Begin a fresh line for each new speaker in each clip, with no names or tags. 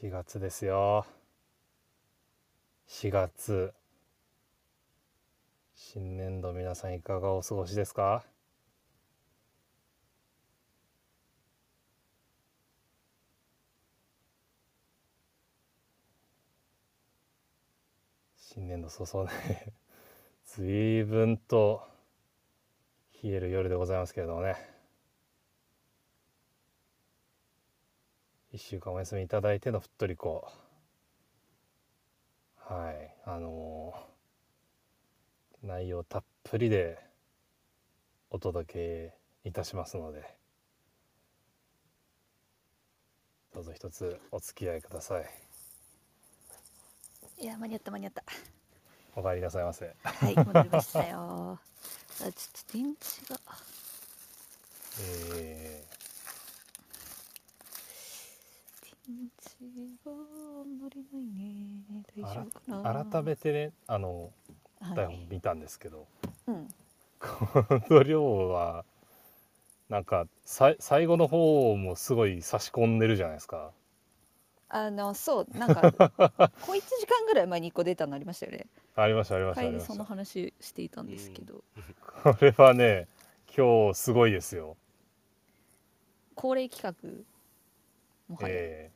4月ですよ4月新年度皆さんいかがお過ごしですか新年度早々ね 随分と冷える夜でございますけれどもね1週間お休みいただいてのふっとりこはいあのー内容たっぷりでお届けいたしますのでどうぞ一つお付き合いください
いや間に合った間に合った。
お帰りなさいませ
はい戻りましたよ。あちょっと電池が
え
電池があんまりないね。大
ーあ
丈
ら
夫かな。
改めてねあの
はい
台本見たんですけど、
うん
この量はなんかさい最後の方もすごい差し込んでるじゃないですか
あのそうな んか小一時間ぐらい前に一個データになりましたよね。
ありましたありましたあ
会
り
に
まし
そ
た
の話していたんですけど、
これはね今日すごいですよ、
恒例企画もはや、
え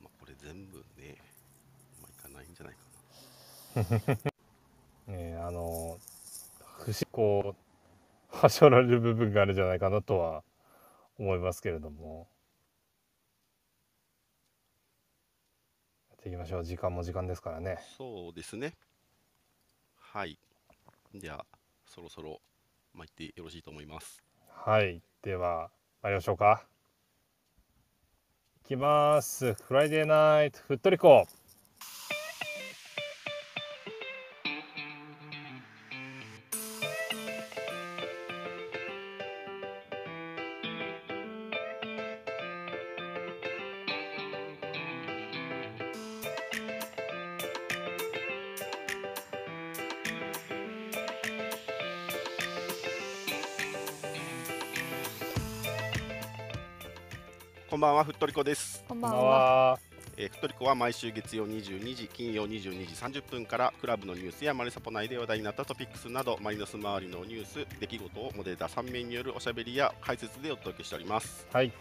まあ、これ全部ね、まあ、いかないんじゃないか
ーえーあの不思こうはしょられる部分があるんじゃないかなとは思いますけれどもやっていきましょう時間も時間ですからね
な。そうですね。はい。では、そろそろ、まあ、行ってよろしいと思います。
はい、では参りましょうか。いきます。フライデーナイトふっとりこ。
こんばんは、ふっとりこです。
こん
こん
ばん
ばん
は。
は。
えーふっとりこは毎週月曜22時、金曜22時30分から、クラブのニュースやマリサポ内で話題になったトピックスなど、マリノス周りのニュース、出来事をモデレーター3名によるおしゃべりや解説でお届けしております。
はい、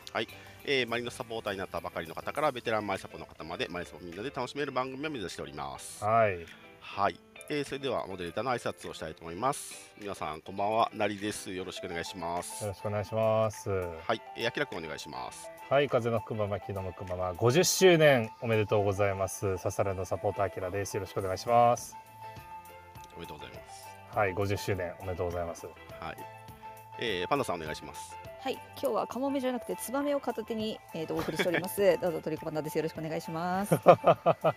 えーマリノスサポーターになったばかりの方からベテランマリサポの方まで、マリサポみんなで楽しめる番組を目指しております。
はい、
はい、えー、それではモデレーターの挨拶をしたいと思います。皆さんこんばんは、なりです。よろしくお願いします。
よ
は
ろしくお願いします。
い、えー、あきらくんお願いします。
はい、風の吹くまま、木の向くまま、50周年おめでとうございます。ササラのサポーターあきらです。よろしくお願いします。
おめでとうございます。
はい、50周年おめでとうございます。
はい、えー、パンダさんお願いします。
はい今日はカモメじゃなくてツバメを片手にえっ、とお送りしております。どうぞトリコパンダですよろしくお願い します。は
よ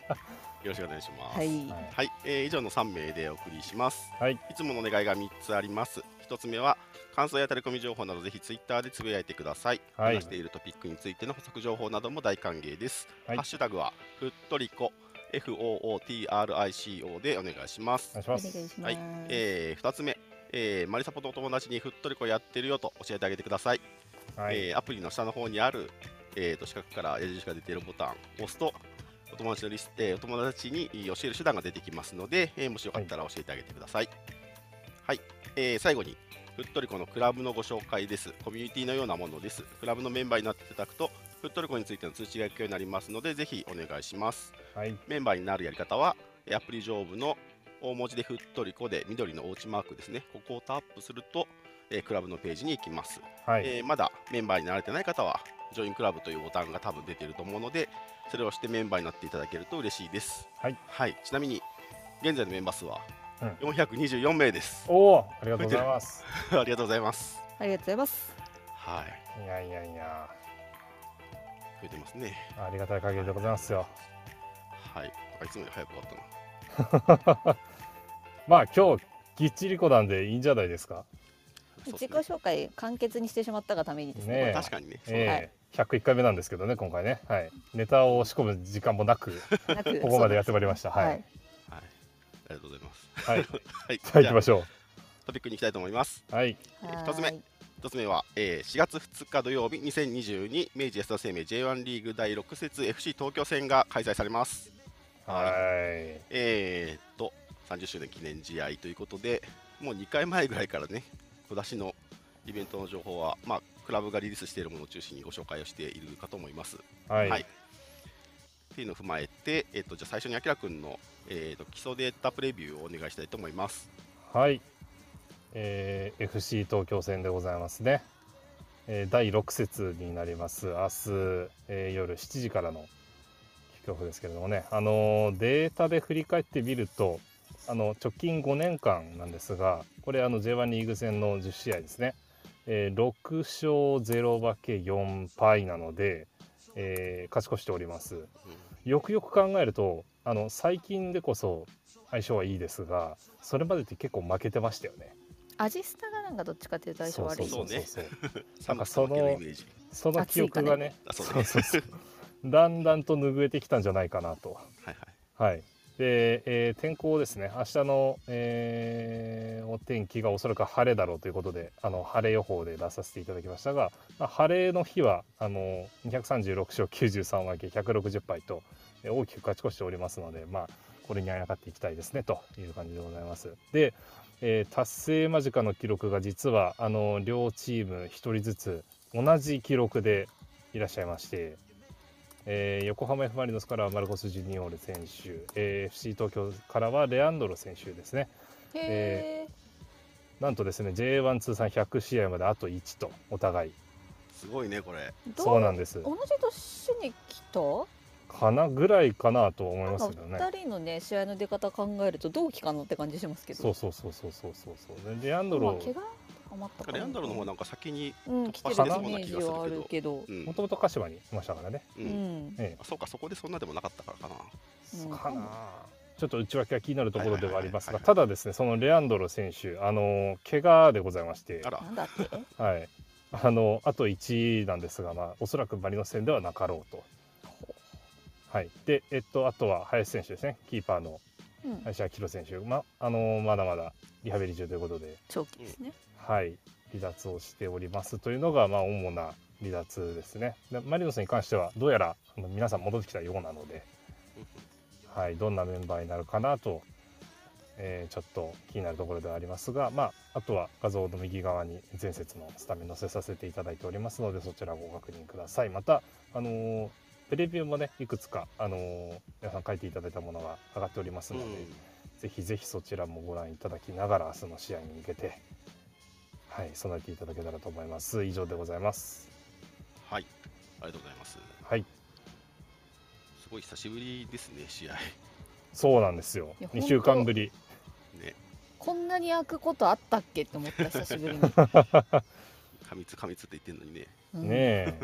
ろしくお願いします。
い、
はい
はい、えー、以上の3名でお送りします。
はい、
いつものお願いが3つあります。1つ目は感想やタレコミ情報などぜひツイッターでつぶやいてください。
はい
話しているトピックについての補足情報なども大歓迎です。
はい
ハッシュタグはふっとりこ FOOTRICO でお願いします
お願。いし
お
ま
願い
す。
します。
はい、えー、2つ目、えーマリサポとお友達にふっとりこやってるよと教えてあげてください、
はい、
えーアプリの下の方にある、えー、と四角から矢印が出ているボタンを押すとお友達のリス、えーお友達に教える手段が出てきますので、えーもしよかったら教えてあげてくださいはい、えー最後にふっとりこのクラブのご紹介ですコミュニティのようなものですクラブのメンバーになっていただくとふっとりこについての通知が行くようになりますのでぜひお願いします
はい、
メンバーになるやり方は、えアプリ上部の大文字でふっとりこで緑のおうちマークですね、ここをタップすると、えークラブのページに行きます、
はい、
えーまだメンバーになれてない方は、ジョインクラブというボタンが多分出ていると思うので、それを押してメンバーになっていただけると嬉しいです。
はい、
ちなみに、現在のメンバー数は
うん
424名です。
おお、ありがとうございます。
ありがとうございます。
ありがとうございます。
はい、
いやいやいや、
増えてますね。
ありがたい限りでございますよ。
はい、あいつもより早く終わったな。
まあ今日ぎっちりこなんでいいんじゃないですか。
そう
自己
ですね
紹介簡潔にしてしまったがためにですね。
ねえ
これは
確かにね、そう
は
え
い
え101回目なんですけどね今回ね、はい、ネタを仕込む時間もなく
なく
ここまでやってまいりました
そう
は
なん
い
で、
はい、ありがとうございます。
はい、
はい、
じゃあ
じ
行
ゃ
き
あ
ましょ
トピックに行きたいと思います。
うはい
すはい
一つ目
はい
1つ目は、えー4月2日土曜日2022明治安田生命 J1 リーグ第6節 FC 東京戦が開催されます。
はい。
えー、っと30周年記念試合ということでもう2回前ぐらいからね小出しのイベントの情報は、まあ、クラブがリリースしているものを中心にご紹介をしているかと思います。
はい。
はいっていうのを踏まえて、えっとじゃあ最初にあきらくんの、えっと基礎データプレビューをお願いしたいと思います。
はい、えー FC 東京戦でございますね、えー第6節になります明日、えー夜7時からのキックオフですけれどもねあのーデータで振り返ってみるとあの直近5年間なんですがこれあの J1 リーグ戦の10試合ですね、えー6勝0分け4敗なので、えー勝ち越しておりますよくよく考えるとあの最近でこそ相性はいいですがそれまでって結構負けてましたよね。
アジスタがなんかどっちかっていうと相性悪い
そうそうそうそう
寒
か
く
その
寒けのイメージ。
その記憶がね
あそうだ
そう。
ね
そうそう だんだんと拭えてきたんじゃないかなと。
はいはい。
はいでえー天候ですね明日の、えーお天気がおそらく晴れだろうということであの晴れ予報で出させていただきましたが、まあ晴れの日はあの236勝93分け160敗と、えー大きく勝ち越しておりますので、まあ、これにあやかっていきたいですねという感じでございます。で、えー達成間近の記録が実はあの両チーム1人ずつ同じ記録でいらっしゃいまして。えー横浜 F ・マリノスからはマルコス・ジュニオール選手、えー FC 東京からはレアンドロ選手ですね。
へ
なんとですね J1 通算100試合まであと1とお互い
すごいねこれ。
えー、
そう
どう
なんです
同じ年に来た
かなぐらいかなと思い
な
ま
んか
すけどね。
2人のね試合の出方考えると同期かなって感じしますけど
そうそうそうそうそうそうそうでレアンド
まあ
ロ
怪我余ったか
レアンドロの方
な
なんか先に。
うん来てるイメージはあるけど
うん
もともと鹿島にいましたからね。
う。
うんん
え
あそうかそこでそんなでもなかったからかな。
うん
かなちょっと内訳が気になるところではありますが
はいはいは
ただですねそのレアンドロ選手あの怪我でございまして
あら。
なんだって
はい、あのあと1なんですが、まあ、おそらくマリノス戦ではなかろうと。はい、で、えっと、あとは林選手ですね、キーパーの
うん
林明宏選手、まあのまだまだリハビリ中ということで、
長期ですね
はい、離脱をしておりますというのが、まあ、主な離脱ですね。でマリノスに関しては、どうやらあの皆さん戻ってきたようなので、はい、どんなメンバーになるかなと、えーちょっと気になるところではありますが、まあ、あとは画像の右側に前節のスタメン載せさせていただいておりますのでそちらをご確認くださいまた、あのープレビューもねいくつか、あのー皆さん書いていただいたものが上がっております
う
の
ん
で、ぜひぜひそちらもご覧いただきながら明日の試合に向けて、はい、備えていただけたらと思います以上でございます
はい。ありがとうございます。
はい
すごい久しぶりですね試合。
そうなんですよ
いや
2週間ぶり
ね。
こんなに開くことあったっけって思った久しぶりに
過密過密って言ってるのにね。
う
ね
ん
え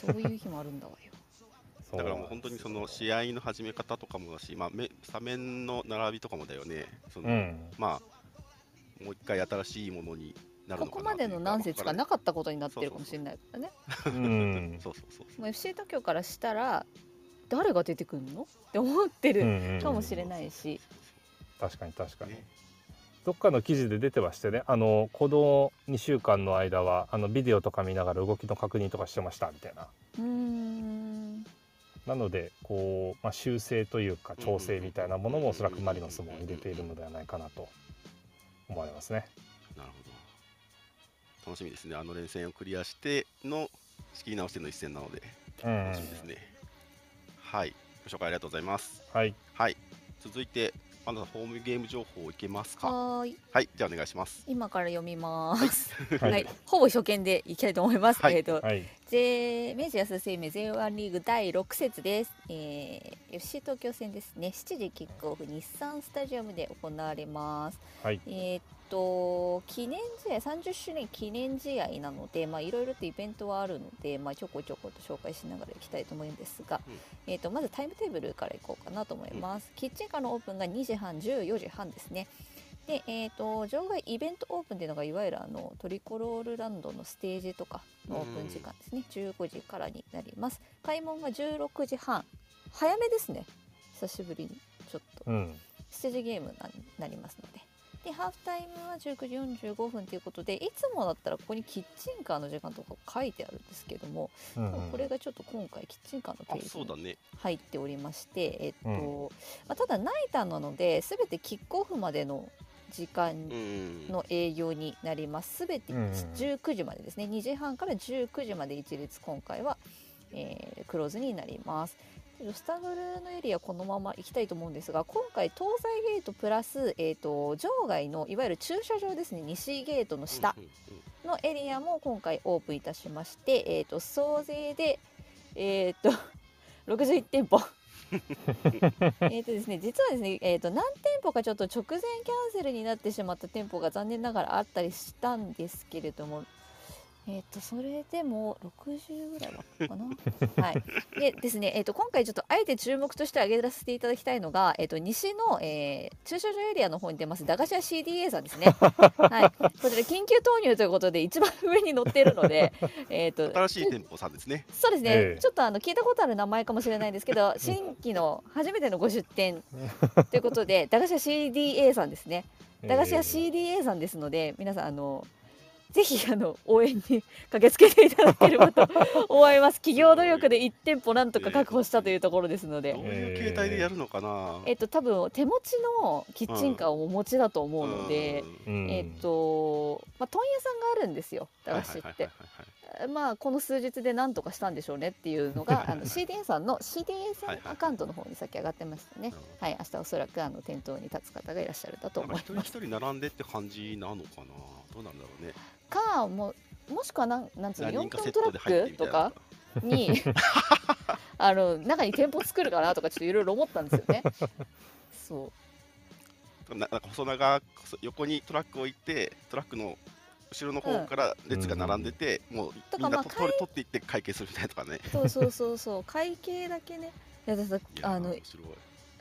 そういう日もあるんだわよ
そう
だ
なんですよ
からもう本当にその試合の始め方とかもだし、まあ、めスタメンの並びとかもだよね、その
うん
まあ、もう一回新しいものになる
こ
のか
こ
な
までの何節かな
わ
かったことになってるかもしれないからね
うん
そうそうそう
もう FC 東京からしたら誰が出てくるのって思ってる、かもしれ
い
ないし、
確かに確かに、
ね
どっかの記事で出てましてねあのこの2週間の間はあのビデオとか見ながら動きの確認とかしてましたみたいな
うーん
なのでこう、まあ、修正というか調整みたいなものもおそらくマリノスも入れているのではないかなと思われますね
なるほど楽しみですねあの連戦をクリアしての仕切り直しての一戦なので
うん
楽しみですね、はいご紹介ありがとうございます
はい
はい続いてまだホームゲーム情報いけますか
はーい
はいじゃあお願いします
今から読みます、
は
はいいほぼ初見でいきたいと思います、
はい
えっと、
はい
J 明治安田生命 J1 リーグ第6節です、えー FC 東京戦ですね7時キックオフ日産スタジアムで行われます
はい
えーっと記念試合30周年記念試合なのでまあいろいろとイベントはあるので、まあ、ちょこちょこと紹介しながらいきたいと思うんですが、
うん
えーっとまずタイムテーブルからいこうかなと思います、キッチンカーのオープンが2時半14時半ですねでえーっと場外イベントオープンっていうのがいわゆるあのトリコロールランドのステージとかのオープン時間ですね、15時からになります開門が16時半早めですね久しぶりにちょっと
うん
7時ゲームになりますので、でハーフタイムは19時45分ということでいつもだったらここにキッチンカーの時間とか書いてあるんですけども、
うん
多
う
分
ん
これがちょっと今回キッチンカーの
あ
ページ
そう
に
だね
入っておりまして、えっ
う
とまあ、ただナイターなので全てキックオフまでの時間
うん
の営業になります全て
うんうん
19時までですね2時半から19時まで一律今回は、えークローズになりますちょっとスタブルのエリアこのまま行きたいと思うんですが今回東西ゲートプラス、えー、と場外のいわゆる駐車場ですね西ゲートの下
うんうんうん
のエリアも今回オープンいたしまして、えー、と総勢で、えー、と 61店舗えーとですね、実はですね、えー、と何店舗かちょっと直前キャンセルになってしまった店舗が残念ながらあったりしたんですけれども、えー、とそれでも60ぐらいはあったかな。はい、でですね、えー、と今回ちょっとあえて注目として挙げさせていただきたいのが、えー、と西の、えー駐車場エリアの方に出ます駄菓子屋 CDA さんですね。はい、こちら緊急投入ということで一番上に載っているので、えー、と
新しい店舗さんですね。
そうですね、
ええ
ちょっとあの聞いたことある名前かもしれないですけ ど新規の初めてのご出店ということ で駄菓子屋 CDA さんですね駄菓子屋 CDA さんですので、皆さんあのぜひあの応援に駆けつけていただければと 思います企業努力で1店舗なんとか確保したというところですの
どう
で。
いう形態でやるのかな。
えっと、多分手持ちのキッチンカーをお持ちだと思うので、
う
うん
ん
えっとまあ、問屋さんがあるんですよ駄
は
菓
いは
子っ
いはいは
て
い。はい
まあこの数日で何とかしたんでしょうねっていうの があの CDA さんの CDA さんアカウントの方に先上がってましたね。はい、明日おそらくあの店頭に立つ方がいらっしゃるだと
なん
思い
か一人
ま
一
す。
人並んでって感じなのかな。どうなんだろうね。
かももしくはなんなんつうの
何
4
人かセ
トン
ッ
トラ
トで入
ッ
って
ク
み
と
たい
か
な。
に あの中に店舗作るかなとかちょっといろいろ思ったんですよね。そう
ななんか細長く横にトラック置いてトラックの後ろの方から列が並んでて、もう
とか
みん
ま
な
あ
と
会
取取っていって会計するみたいなとかね。
そうそうそうそう会計だけね。いやだって
いやー
あの
面白い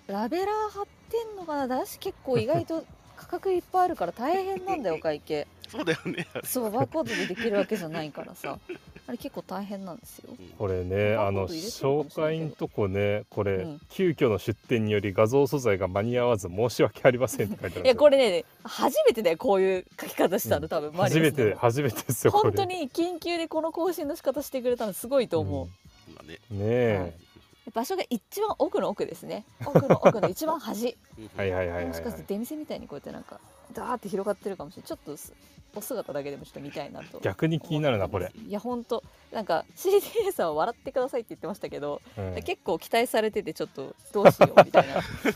ラベラー貼ってんのかなだし結構意外と価格いっぱいあるから大変なん だよ会計。
そうだよね。
そうバーコードでできるわけじゃないからさあれ結構大変なんですよ
うん
これね
バ
あ
ーコ
の
ード入れてるかも
紹
しれないけど
介のとこねこれ、
うん
急遽の出店により画像素材が間に合わず申し訳ありませんって書いてあるん
い
ですよ
やこれね初めてだよこういう書き方した
う
の
ん
多分マリ
初
ア
め
さん
て初めてですよこれ
本当に緊急でこの更新の仕方してくれたのすごいと思う、
そうだね。
うんねえ、
場所が一番奥の奥ですね奥の奥の一番端
はい、はいはいはい
も
は
し
い
かして出店みたいにこうやってなんかダーって広がってるかもしれないちょっとすお姿だけでもちょっと見たいなと
逆に気になるなこれ、
いや本当なんか CDA さんは笑ってくださいって言ってましたけど
うん
結構期待されててちょっとどうしようみたい なはい
ア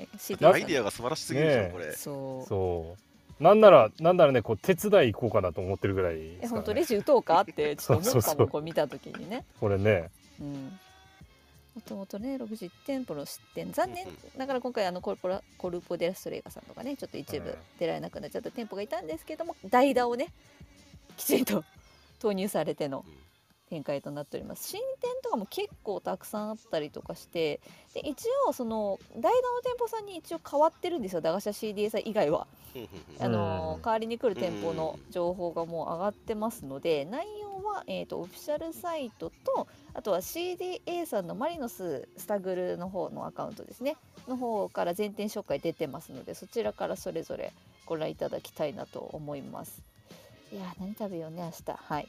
イディア
が
が素晴らしすぎるじゃん、
ねえ
これ。
そう
そうなんならなんならねこう手伝い行こうかなと思ってるぐらい
え
ですか
本当
ら、
レ
ね、
ジ打とうかってちょっと思
そう
った
そう
も
そ
ん
う
こう見た時にね
これね
うんもともとね60店舗の出店残念ながら今回あのコルポラコルポデラストレーガさんとかねちょっと一
う
部
ん
出られなくなっちゃった店舗がいたんですけども代打をねきちんと投入されての
うん
展開となっております新店とかも結構たくさんあったりとかしてで一応その代打の店舗さんに一応変わってるんですよ駄菓子屋 CDA さん以外は、
うんうんうん
あの
うん
代わりに来る店舗の
うん
情報がもう上がってますので内容は、えー、とオフィシャルサイトとあとは CDA さんのマリノススタグルの方のアカウントですねの方から全店紹介出てますのでそちらからそれぞれご覧いただきたいなと思いますいやー何食べようね明日はい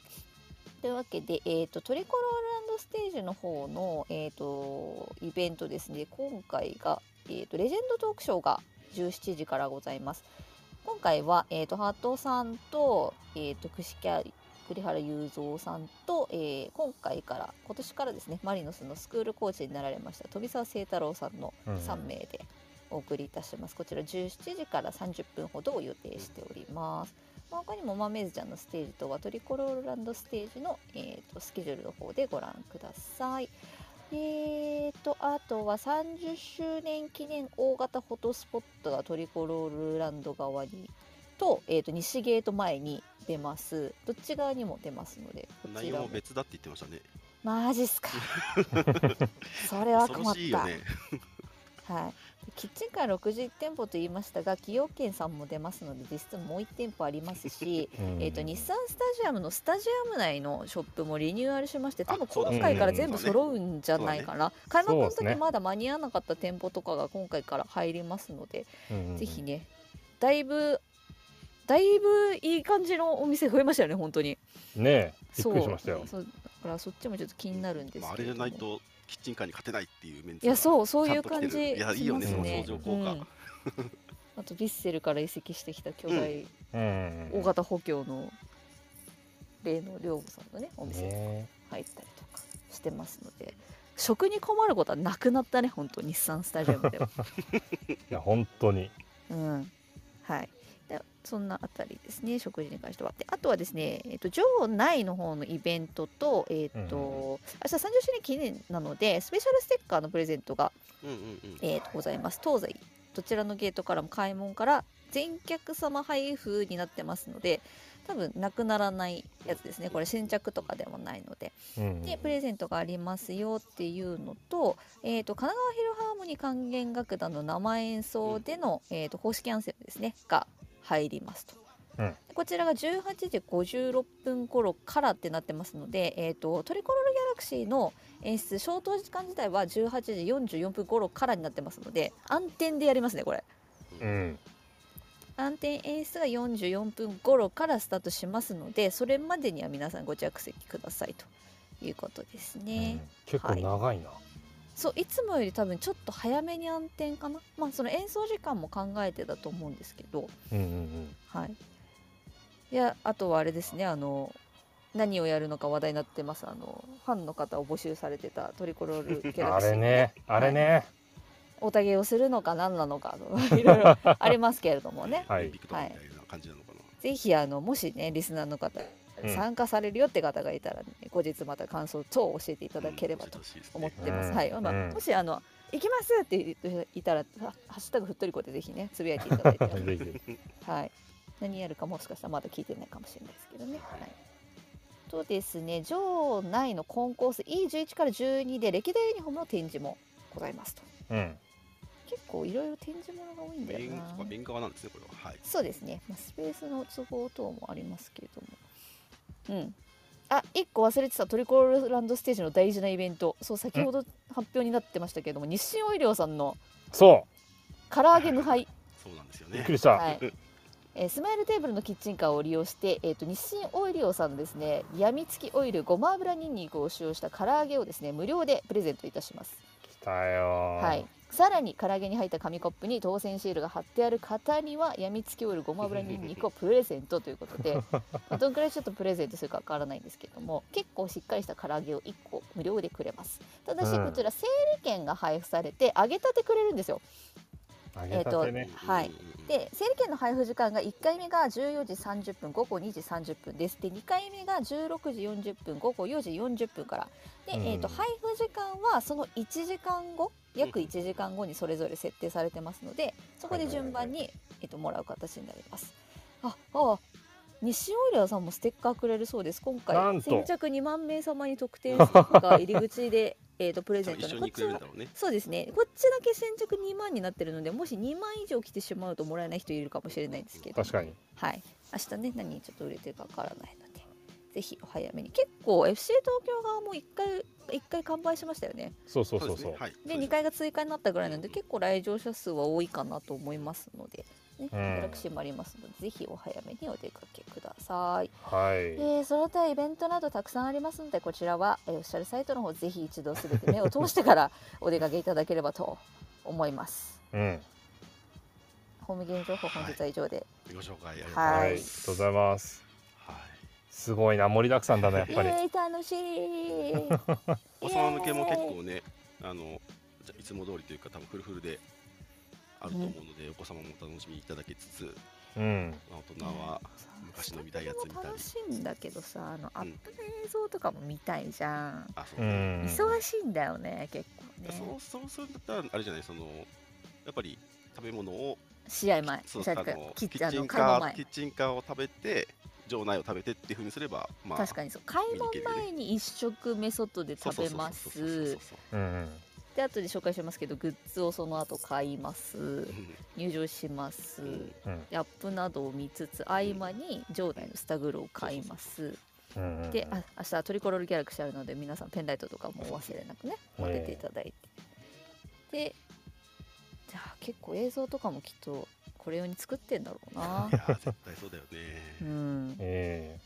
というわけで、えー、とトリコロールステージの方の、えー、とイベントですね今回が、えー、とレジェンドトークショーが17時からございます今回は、えー、とハートさんと,、えー、と串木屋栗原雄三さんと、えー今回から今年からですねマリノスのスクールコーチになられました富澤清太郎さんの
うん
3名でお送りいたします、こちら17時から30分ほどを予定しております、まあ、他にもマメーズちゃんのステージとワトリコロールランドステージの、えーとスケジュールの方でご覧くださいえーとあとは30周年記念大型フォトスポットがトリコロールランド側にと,、えー、と西ゲート前に出ますどっち側にも出ますのでこ
内
ちら
容
も
も別だって言ってましたね。
マジっ すかそれは
恐
困
ろ
っ
しい
た
よね。
はい、キッチンカー60店舗と言いましたが崎陽軒さんも出ますので実質もう1店舗ありますし
うん
えーと日産スタジアムのスタジアム内のショップもリニューアルしまして多分
あそうだ
今回から
うん
全部揃うんじゃないかな、開幕の
そう
時
ですね
まだ間に合わなかった店舗とかが今回から入りますので、
うん
ぜひねだいぶだいぶいい感じのお店増えましたよね本当に
ねえびっくりしましたよ
そうだからそっちもちょっと気になるんですけれど
ま
も
あ、あれじゃないとキッチンカーに勝てないっていうメンツ
いやそうそう
ち
い
ゃ
うん
と来て
感
る
じ
いやいいよね
し
その
ます
相乗効果
うんあとヴィッセルから移籍してきた巨大
うんうんうん
大型補強の例の寮母さんのねお店に
ね
入ったりとかしてますので食に困ることはなくなったね本当日産スタジ アムでは。
えいや本当に
うん、はい。でそんなあたりですね、食事に関しては。であとはですね、えっと、場内の方のイベントと、えっと、
うん
明日30周年記念なので、スペシャルステッカーのプレゼントが、
うんうんうん
えっとございます。東西、どちらのゲートからも開門から全客様配布になってますので、多分なくならないやつですね。これ先着とかでもないので。
うん
でプレゼントがありますよっていうのと,、えー、と神奈川ヒルハーモニー管弦楽団の生演奏での、えー、と公式アンセムですねが入りますと。
うん
こちらが18時56分頃からってなってますので、えー、とトリコロールギャラクシーの演出消灯時間自体は18時44分頃からになってますので暗転でやりますねこれ
うん
暗転演出が44分頃からスタートしますのでそれまでには皆さんご着席くださいということですね。
うん結構長いな、
そういつもより多分ちょっと早めに暗転かなまあその演奏時間も考えてだと思うんですけど
うんうん
はいいやあとはあれですねあの何をやるのか話題になってますあのファンの方を募集されてたトリコロー ル
う
ギ
ん
ャラ
あ
クシー
れねあれね、
おたげをするのか何なの かあのいろいろありますけれどもね
はい
オリンピックとかみたいな感じなのかな、
ぜひあのもしねリスナーの方
うん
参加されるよって方がいたらね、後日また感想等を教えていただければと
うん教えてほしいですね
思ってます。
うん
はい、まあ
うん
もしあの行きますって言っていたら、ハハッシュタグふっとりこでぜひねつぶやいていただいて、
ぜひぜひ
はい。何やるかもしかしたらまだ聞いてないかもしれないですけどね。はい。とですね、場内のコンコース E11 から12で歴代ユニフォームの展示もございますと。
うん
結構いろいろ展示物が多いんだ
メイ
よ
ン
な。
そっかメイン側なんですねこれははい
そうですね、まあ、スペースの都合等もありますけれどもうんあ一1個忘れてたトリコロールランドステージの大事なイベントそう先ほど発表になってましたけれども日清オイリオさんの
そ
唐揚げ無敗、
そうなんですよ
うびっ
ね
くりした、
はいえースマイルテーブルのキッチンカーを利用して、えー、と日清オイリオさんのですねやみつきオイルごま油にんにくを使用した唐揚げをですね無料でプレゼントいたします
来たよ
はい、さらに唐揚げに入った紙コップに当選シールが貼ってある方にはやみつきオイルごま油にんにくをプレゼントということ でまあどのくらいちょっとプレゼントするかわからないんですけども結構しっかりした唐揚げを1個無料でくれますただし
うん
こちら整理券が配布されて揚げたてくれるんですよ
揚げたてね、
はい で整理券の配布時間が1回目が14時30分午後2時30分ですで2回目が16時40分午後4時40分からで、
うん
えー、と配布時間はその1時間後約1時間後にそれぞれ設定されてますのでそこで順番に、えー、ともらう形になりますああ西オイラーさんもステッカーくれるそうです今回
なんと
先着2万名様に特典ステッカー入り口でえーとプレ
多
ゼント
分一緒
の
に
こ
く
ち
れる
ら
んだろうね
そうですねこっちだけ先着2万になってるのでもし2万以上来てしまうともらえない人いるかもしれないですけど
確かに
はい明日ね何ちょっと売れてるかわからないのでぜひお早めに結構 FC 東京側も1回一回完売しましたよね
そうそうそうそう
ですねはい
で
そ
2
うです
回が追加になったぐらいなので結構来場者数は多いかなと思いますので、ね、ギャラクシーもありますのでぜひお早めにお出かけください
はい、
えー、その他イベントなどたくさんありますのでこちらは、えー、オフィシャルサイトの方ぜひ一度すべて目を通してからお出かけいただければと思います
うん
ホームゲーム情報本日は以上で、
ご紹介ありがとうご
はい
はい、ありがとうございます
はい
すごいな盛りだくさんだなやっ
イ
ぱり
エーイ楽しい
お子様向けも結構ねあのじゃいつも通りというか多分フルフルであると思うので、お子様もお楽しみいただけつつ、
うん
まあ、大人は昔の見たいやつ見たり
楽しいんだけどさあのアップの映像とかも見たいじゃん、
あそううね、
ん
忙しいんだよね結構
そ
ね
うそうするんだったらあれじゃないそのやっぱり食べ物を
試合前
そう
試合
あ
とか
の
キッ
キ
チンあ
ッチ
の
ン
開門
カー
前
キッチンカーを食べて場内を食べてっていうふうにすればまあ
確かにそう開門
見に行けるね
前に一食目外で
そう
食
そ
べ
うそうそう
ま
そうそう
す
そうそう
うんうん
で後で紹介しますけどグッズをその後買います入場します
うん。
うん
ラップなどを見つつ合間に場内のスタグルを買います
うんうん
であ明日はトリコロールギャラクシーあるので皆さんペンライトとかもお忘れなくね
ええ
持ってっていただいてでじゃあ結構映像とかもきっとこれ用に作ってんだろうな い
やー絶対そうだよ
う
ね。
ん。
え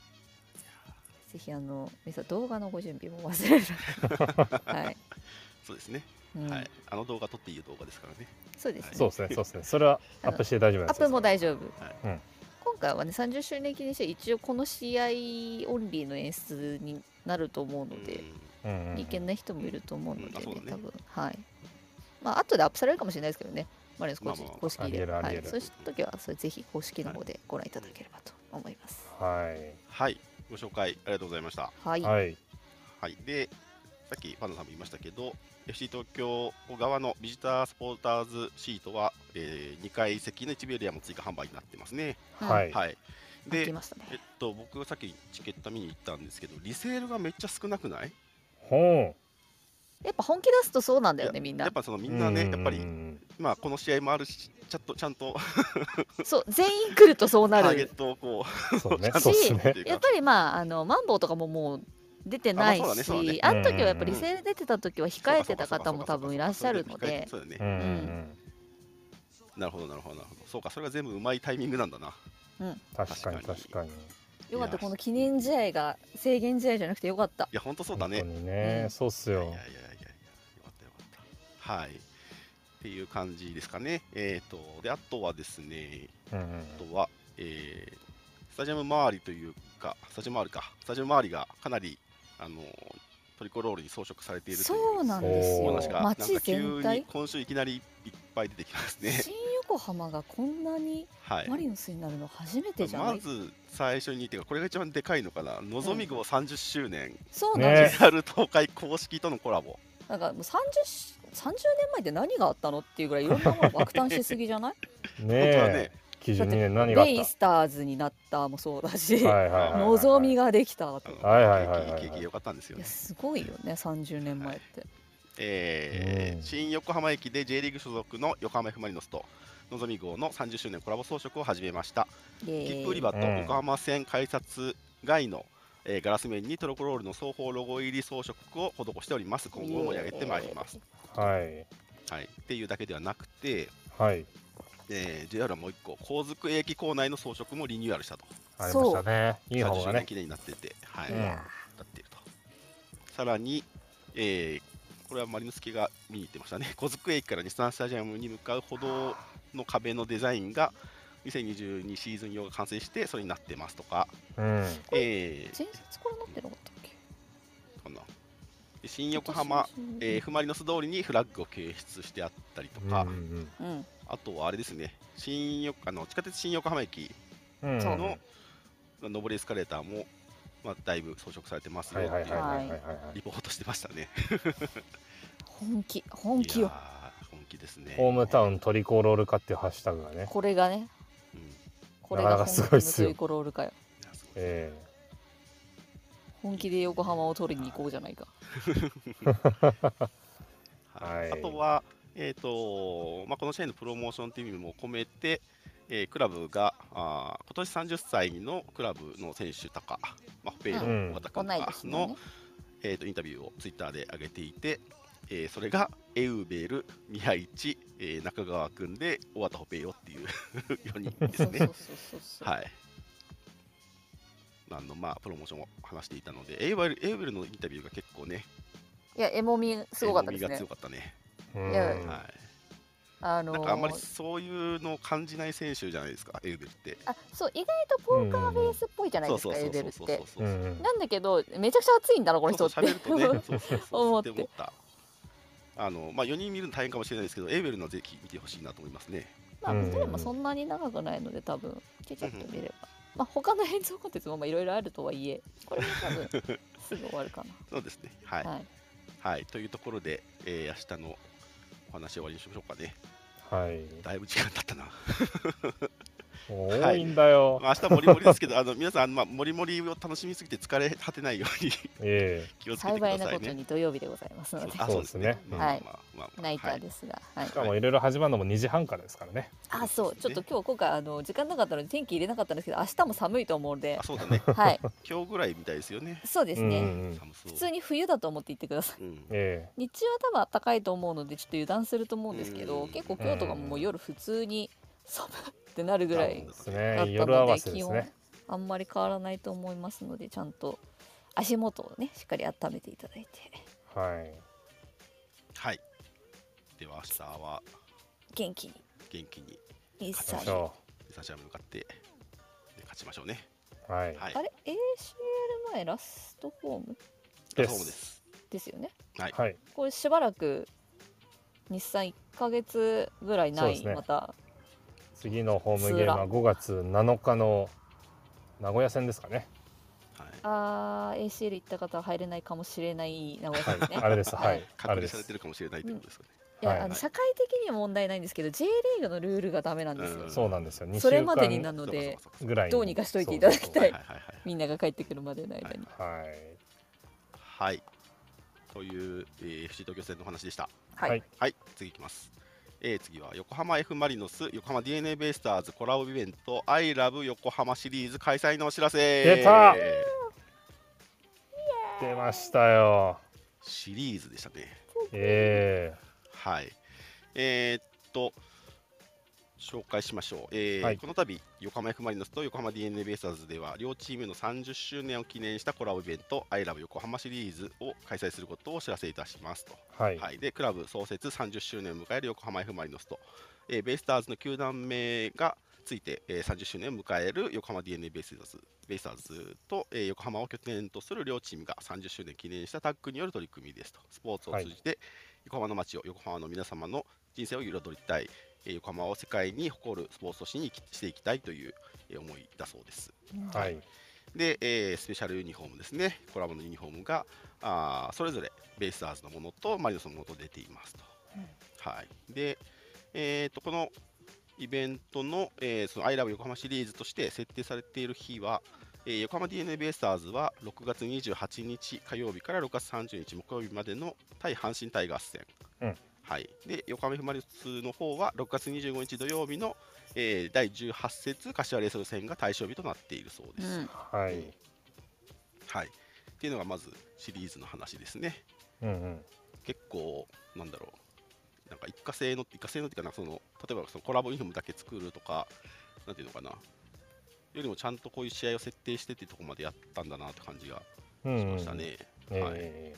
ぜひあの皆さん動画のご準備も忘れる。 はい。
そうですね。
うん
はい。あの動画撮っていい動画ですからね。
そうです
ー
ね。
そうですね、そうですね。それはアップして大丈夫な
ア
やつで
ップ
すか
も
ら。
大丈夫。
はい
うん
今回はね30周年記念して一応この試合オンリーの演出になると思うので、
うんうんうん
いけない人もいると思うので、ね
うんあそうだね
多分はいまあ後でアップされるかもしれないですけどねマリノス公式,、
まあまあ
公式
あり
で
えるあ
は
りえ
い
る
そうした時はそれぜひ公式の方でご覧いただければと思います
はい。
はい。ご紹介ありがとうございました。
はい、
はい。
はい。で、さっきパンダさんも言いましたけど、FC 東京側のビジターサポーターズシートは、え2階席の1ビエリアも追加販売になってますね。
はい。
はい。
で
で
き、ましたね
えっと、僕がさっきチケット見に行ったんですけど、リセールがめっちゃ少なくない
ほ
やっぱ本気出すとそうなんだよねみん
や
な
っぱその
う
みんなね、やっぱ
うんう
り、
ん
まあ、この試合もあるし、ちゃんとちゃんと
そう全員来るとそう
タ
な
ーゲッ
る
トをこう、
うんそうね。
し
そうです
って
ね。
いう
やっ
か
ぱ、りまああのマンボウとかももう出てないし、
あ
あ
まあそうだねそう
の時はやっぱ
うん
りセール出てた時は控えてた方も多分いらっしゃるので
そうだね
う。んうん
なるほど、なるほど、なるほど。そうか、それが全部うまいタイミングなんだな。
うん。確かに確かに。
よかったこの記念試合が制限試合じゃなくてよかった
いや、本当そうだね。
本当にね
う、ん
そうっす
いやい
よ
や。いやいや、よかったよかった。はい。っていう感じですかね。えっ、と、で、あとはですね、
うんうん
あとは、えースタジアム周りというか、スタジアム周りか、スタジアム周りがかなり、あの、トリコロールに装飾されているという
そうなんです
お
お
よ
話が、なんか
街
急
全
に
体
今週いきなりいっぱい出てきますね。
新横浜がこんなに
はい。
マリノスになるの初めてじゃな
ま
い、
ず最初にっていうかこれが一番でかいのかな、のぞみ号30周年、
そうなんです、
JR 東海公式とのコラボ、
なんかもう 30, し30年前って何があったのっていうぐらいいろんなもの爆誕しすぎじゃない
ね
本当だね
え、92年何があっ
ベイスターズになったもそうだし、
たはいはいはいはい。
のぞみができたと
あの
はいはいはいはいはい
景気景気良かったんですよ
いや
ね。
すごいよね30年前って、
えー
うん
新横浜駅で J リーグ所属の横浜 F ・マリノスとのぞみ号の30周年コラボ装飾を始めました
イエーイ
切符売り場と
うん
横浜線改札外の、えーガラス面にトロコロールの双方ロゴ入り装飾を施しております今後も盛り上げてまいります、
はい。
はい、っていうだけではなくて、
はい。
えー、JR はもう一個後続駅構内の装飾もリニューアルしたと
ありましたね。いい
30
方
周
が
年
ね。
記念になってて、はい、
うん
なっていると。さらに、えーこれはマリノスケが見に行ってましたね、小机駅から日産スタジアムに向かう歩道の壁のデザインが2022シーズン用が完成して、それになってますとか、
うん。
これ
えー
前日からなってなかったっけ
そんなで新横浜、えー、
ふ
フマリノス通りにフラッグを掲出してあったりとか、
うんうん
うん
あとはあれですね、新横あの地下鉄新横浜駅
うん。
そう
の上りエスカレーターも、まあ、だいぶ装飾されてますよ
はいはい
っ
はい
て
はいいうはいはいはい
リ。ポートしてましたね。
本気本気よ
いやー本気ですね。
ホームタ
ン。
ウントリコロール化っていうハッシュタグがね。
これがね
うん、い
これ
なか
が
なかす
本
ごいっ
気の
す
ト
よ
リコロールかよ
やすごい
え
本気で横浜を取りに行こうじゃないか
はい
はい
あとは、えーとまあ、この試合のプロモーションという意味も込めて、えークラブがあー今年30歳のクラブの選手とか、まあ、ホペイロ、
う
うん
尾形
同
君
い
とか
年
の、
のね
えー、とインタビューをツイッターで上げていて、えーそれがエウベル、宮市、えー中川君で尾形ホペイロっていう 4人で
そ
す
うそう
ね
そう。そうそう
はい。あのまあプロモーションを話していたので、エウベルエウベルのインタビューが結構ね、
いやエモみすごかったです
重みが
ね
強かったね。
え。う
いや
ん。
はい。
あの
なんかあんまり
ー
そういうのを感じない選手じゃないですか、エウベルって。
あそう意外とポーカーフェイスっぽいじゃない
そう
ですか
そうそ
エ
う
ーベルっ
そうそう
て
う
そう。
ん
なんだけどめちゃくちゃ熱いんだなこの
そ
人
う
っ
そ
て
う喋るとね、そうそうそう
思
っ
ってて
思った。あのまあ4人見るの大変かもしれないですけど、エウベルのぜひ見てほしいなと思いますね。
ま
う
あ
ん
どれもそんなに長くないので多分ちょちょっと見ればまあ他の映像コンテンツもまあいろいろあるとはいえこれは 多分すぐ終わるか
そうですね。はい
な。はい
はい。というところで、えー明日のお話終わりにしましょうかね。
はい。
だいぶ時間経ったな。
もう多いんだよ。
まあ明日もりもりですけど、あの皆さんあのまあもりもりを楽しみすぎて疲れ果てないように
え
気をつけてくだ
幸
さいね。
いなことに土曜日でございますので
あ、そうですね。
そうですね
まあ
はい
まあまあまあ
ナイタ
は
ー
い
ですがはい
え。しかもいろいろ始まるのも2時半からですからね。
あ、そう、ち
そ
ょ
う
っ
です
と
ね
今日今回あの時間なかったので天気入れなかったんですけど、明日も寒いと思うの で
あ、、そうだね。
はい、
今日ぐらいみたいですよね。
そうです
うんう
ね。
ん
寒そう。
普通に冬だと思って行ってください。
うん
え
日中は多分暖かいと思うのでちょっと油断すると思うんですけ
う
ど
ん、
結構今日とかももう夜普通に寒っってなるぐらい
で
な
す
だった
ね。夜合
の
わ
で
せで
気
す
温
ね。
あんまり変わらないと思いますのでちゃんと足元をねしっかり温めていただいて
はい。
はい。では明日は
元気に
元気に
一
行きま
切
しょ
スタジアムに向かってで勝ちましょうね。
う。はい。
はい。
あれ ACL 前ラストホーム
です
そうです。
ですよね
はい。
これしばらく日産1ヶ月ぐらいな
そうで
い、
すね
また
次のホームゲームは5月7日の名古屋戦ですかね。
はい。
あー ACL 行った方は入れないかもしれない名古屋
は
さ
い
んね、。
あれです。は
はいい。
あれ
隔離
です
されてるかもしれないということですよね。
いや、
はい
あの社会的には問題ないんですけど J リーグのルールがダメなんですよ
うん、
そうなんですよ。2
それまで
週
にな
間
ので
そうかそうかそう
ぐらい
どうにかしといていただきた
そ
い
う
か
そう
はいはいはい
みんなが帰ってくるまでの間に、
はい。はい
はい。はい。という、えー、FC 東京戦のお話でした。
はい、
はい
はい、次いきます。えー次は横浜 F ・マリノス、横浜 d n a ベイスターズコラボイベント、アイラブ横浜シリーズ開催のお知らせ。
出た出ましたよ。
シリーズでしたね。
え
はい。えーっと、紹介しましょう。えー
はい
この度、横浜 F ・マリノスと横浜 d n a ベイスターズでは、両チームの30周年を記念したコラボイベント、アイラブ横浜シリーズを開催することをお知らせいたしますと。
えはい。
はい、でクラブ創設30周年を迎える横浜 F ・マリノスと、えーベイスターズの球団名がついて、えー30周年を迎える横浜 d n a ベイスターズベイスターズと、えー横浜を拠点とする両チームが30周年記念したタッグによる取り組みですとスポーツを通じて横浜の街を横浜の皆様の人生を彩りたい、えー横浜を世界に誇るスポーツ都市に生きしていきたいというえー思いだそうです。
はい。
で、えースペシャルユニフォームですね、コラボのユニフォームがあーそれぞれベイスターズのものとマリノスのものと出ていますと。
うん
はい、で、えーと、このイベントの,、えーその I love 横浜シリーズとして設定されている日は、えー横浜 d n a ベイスターズは6月28日火曜日から6月30日木曜日までの対阪神タイガース戦、
うん
はい、で横浜 F ・マリノスの方は6月25日土曜日の、えー第18節柏レイソル戦が対象日となっているそうです。
うん
は
うん
い。
はい、っていうのがまずシリーズの話ですね。
うんうん。
結構なんだろうなんか一過性の一過性のっていうかなんかその例えばそのコラボユニフォームだけ作るとかなんていうのかなよりもちゃんとこういう試合を設定してっていうところまでやったんだなって感じが
うん
し
うん
ましたね。
え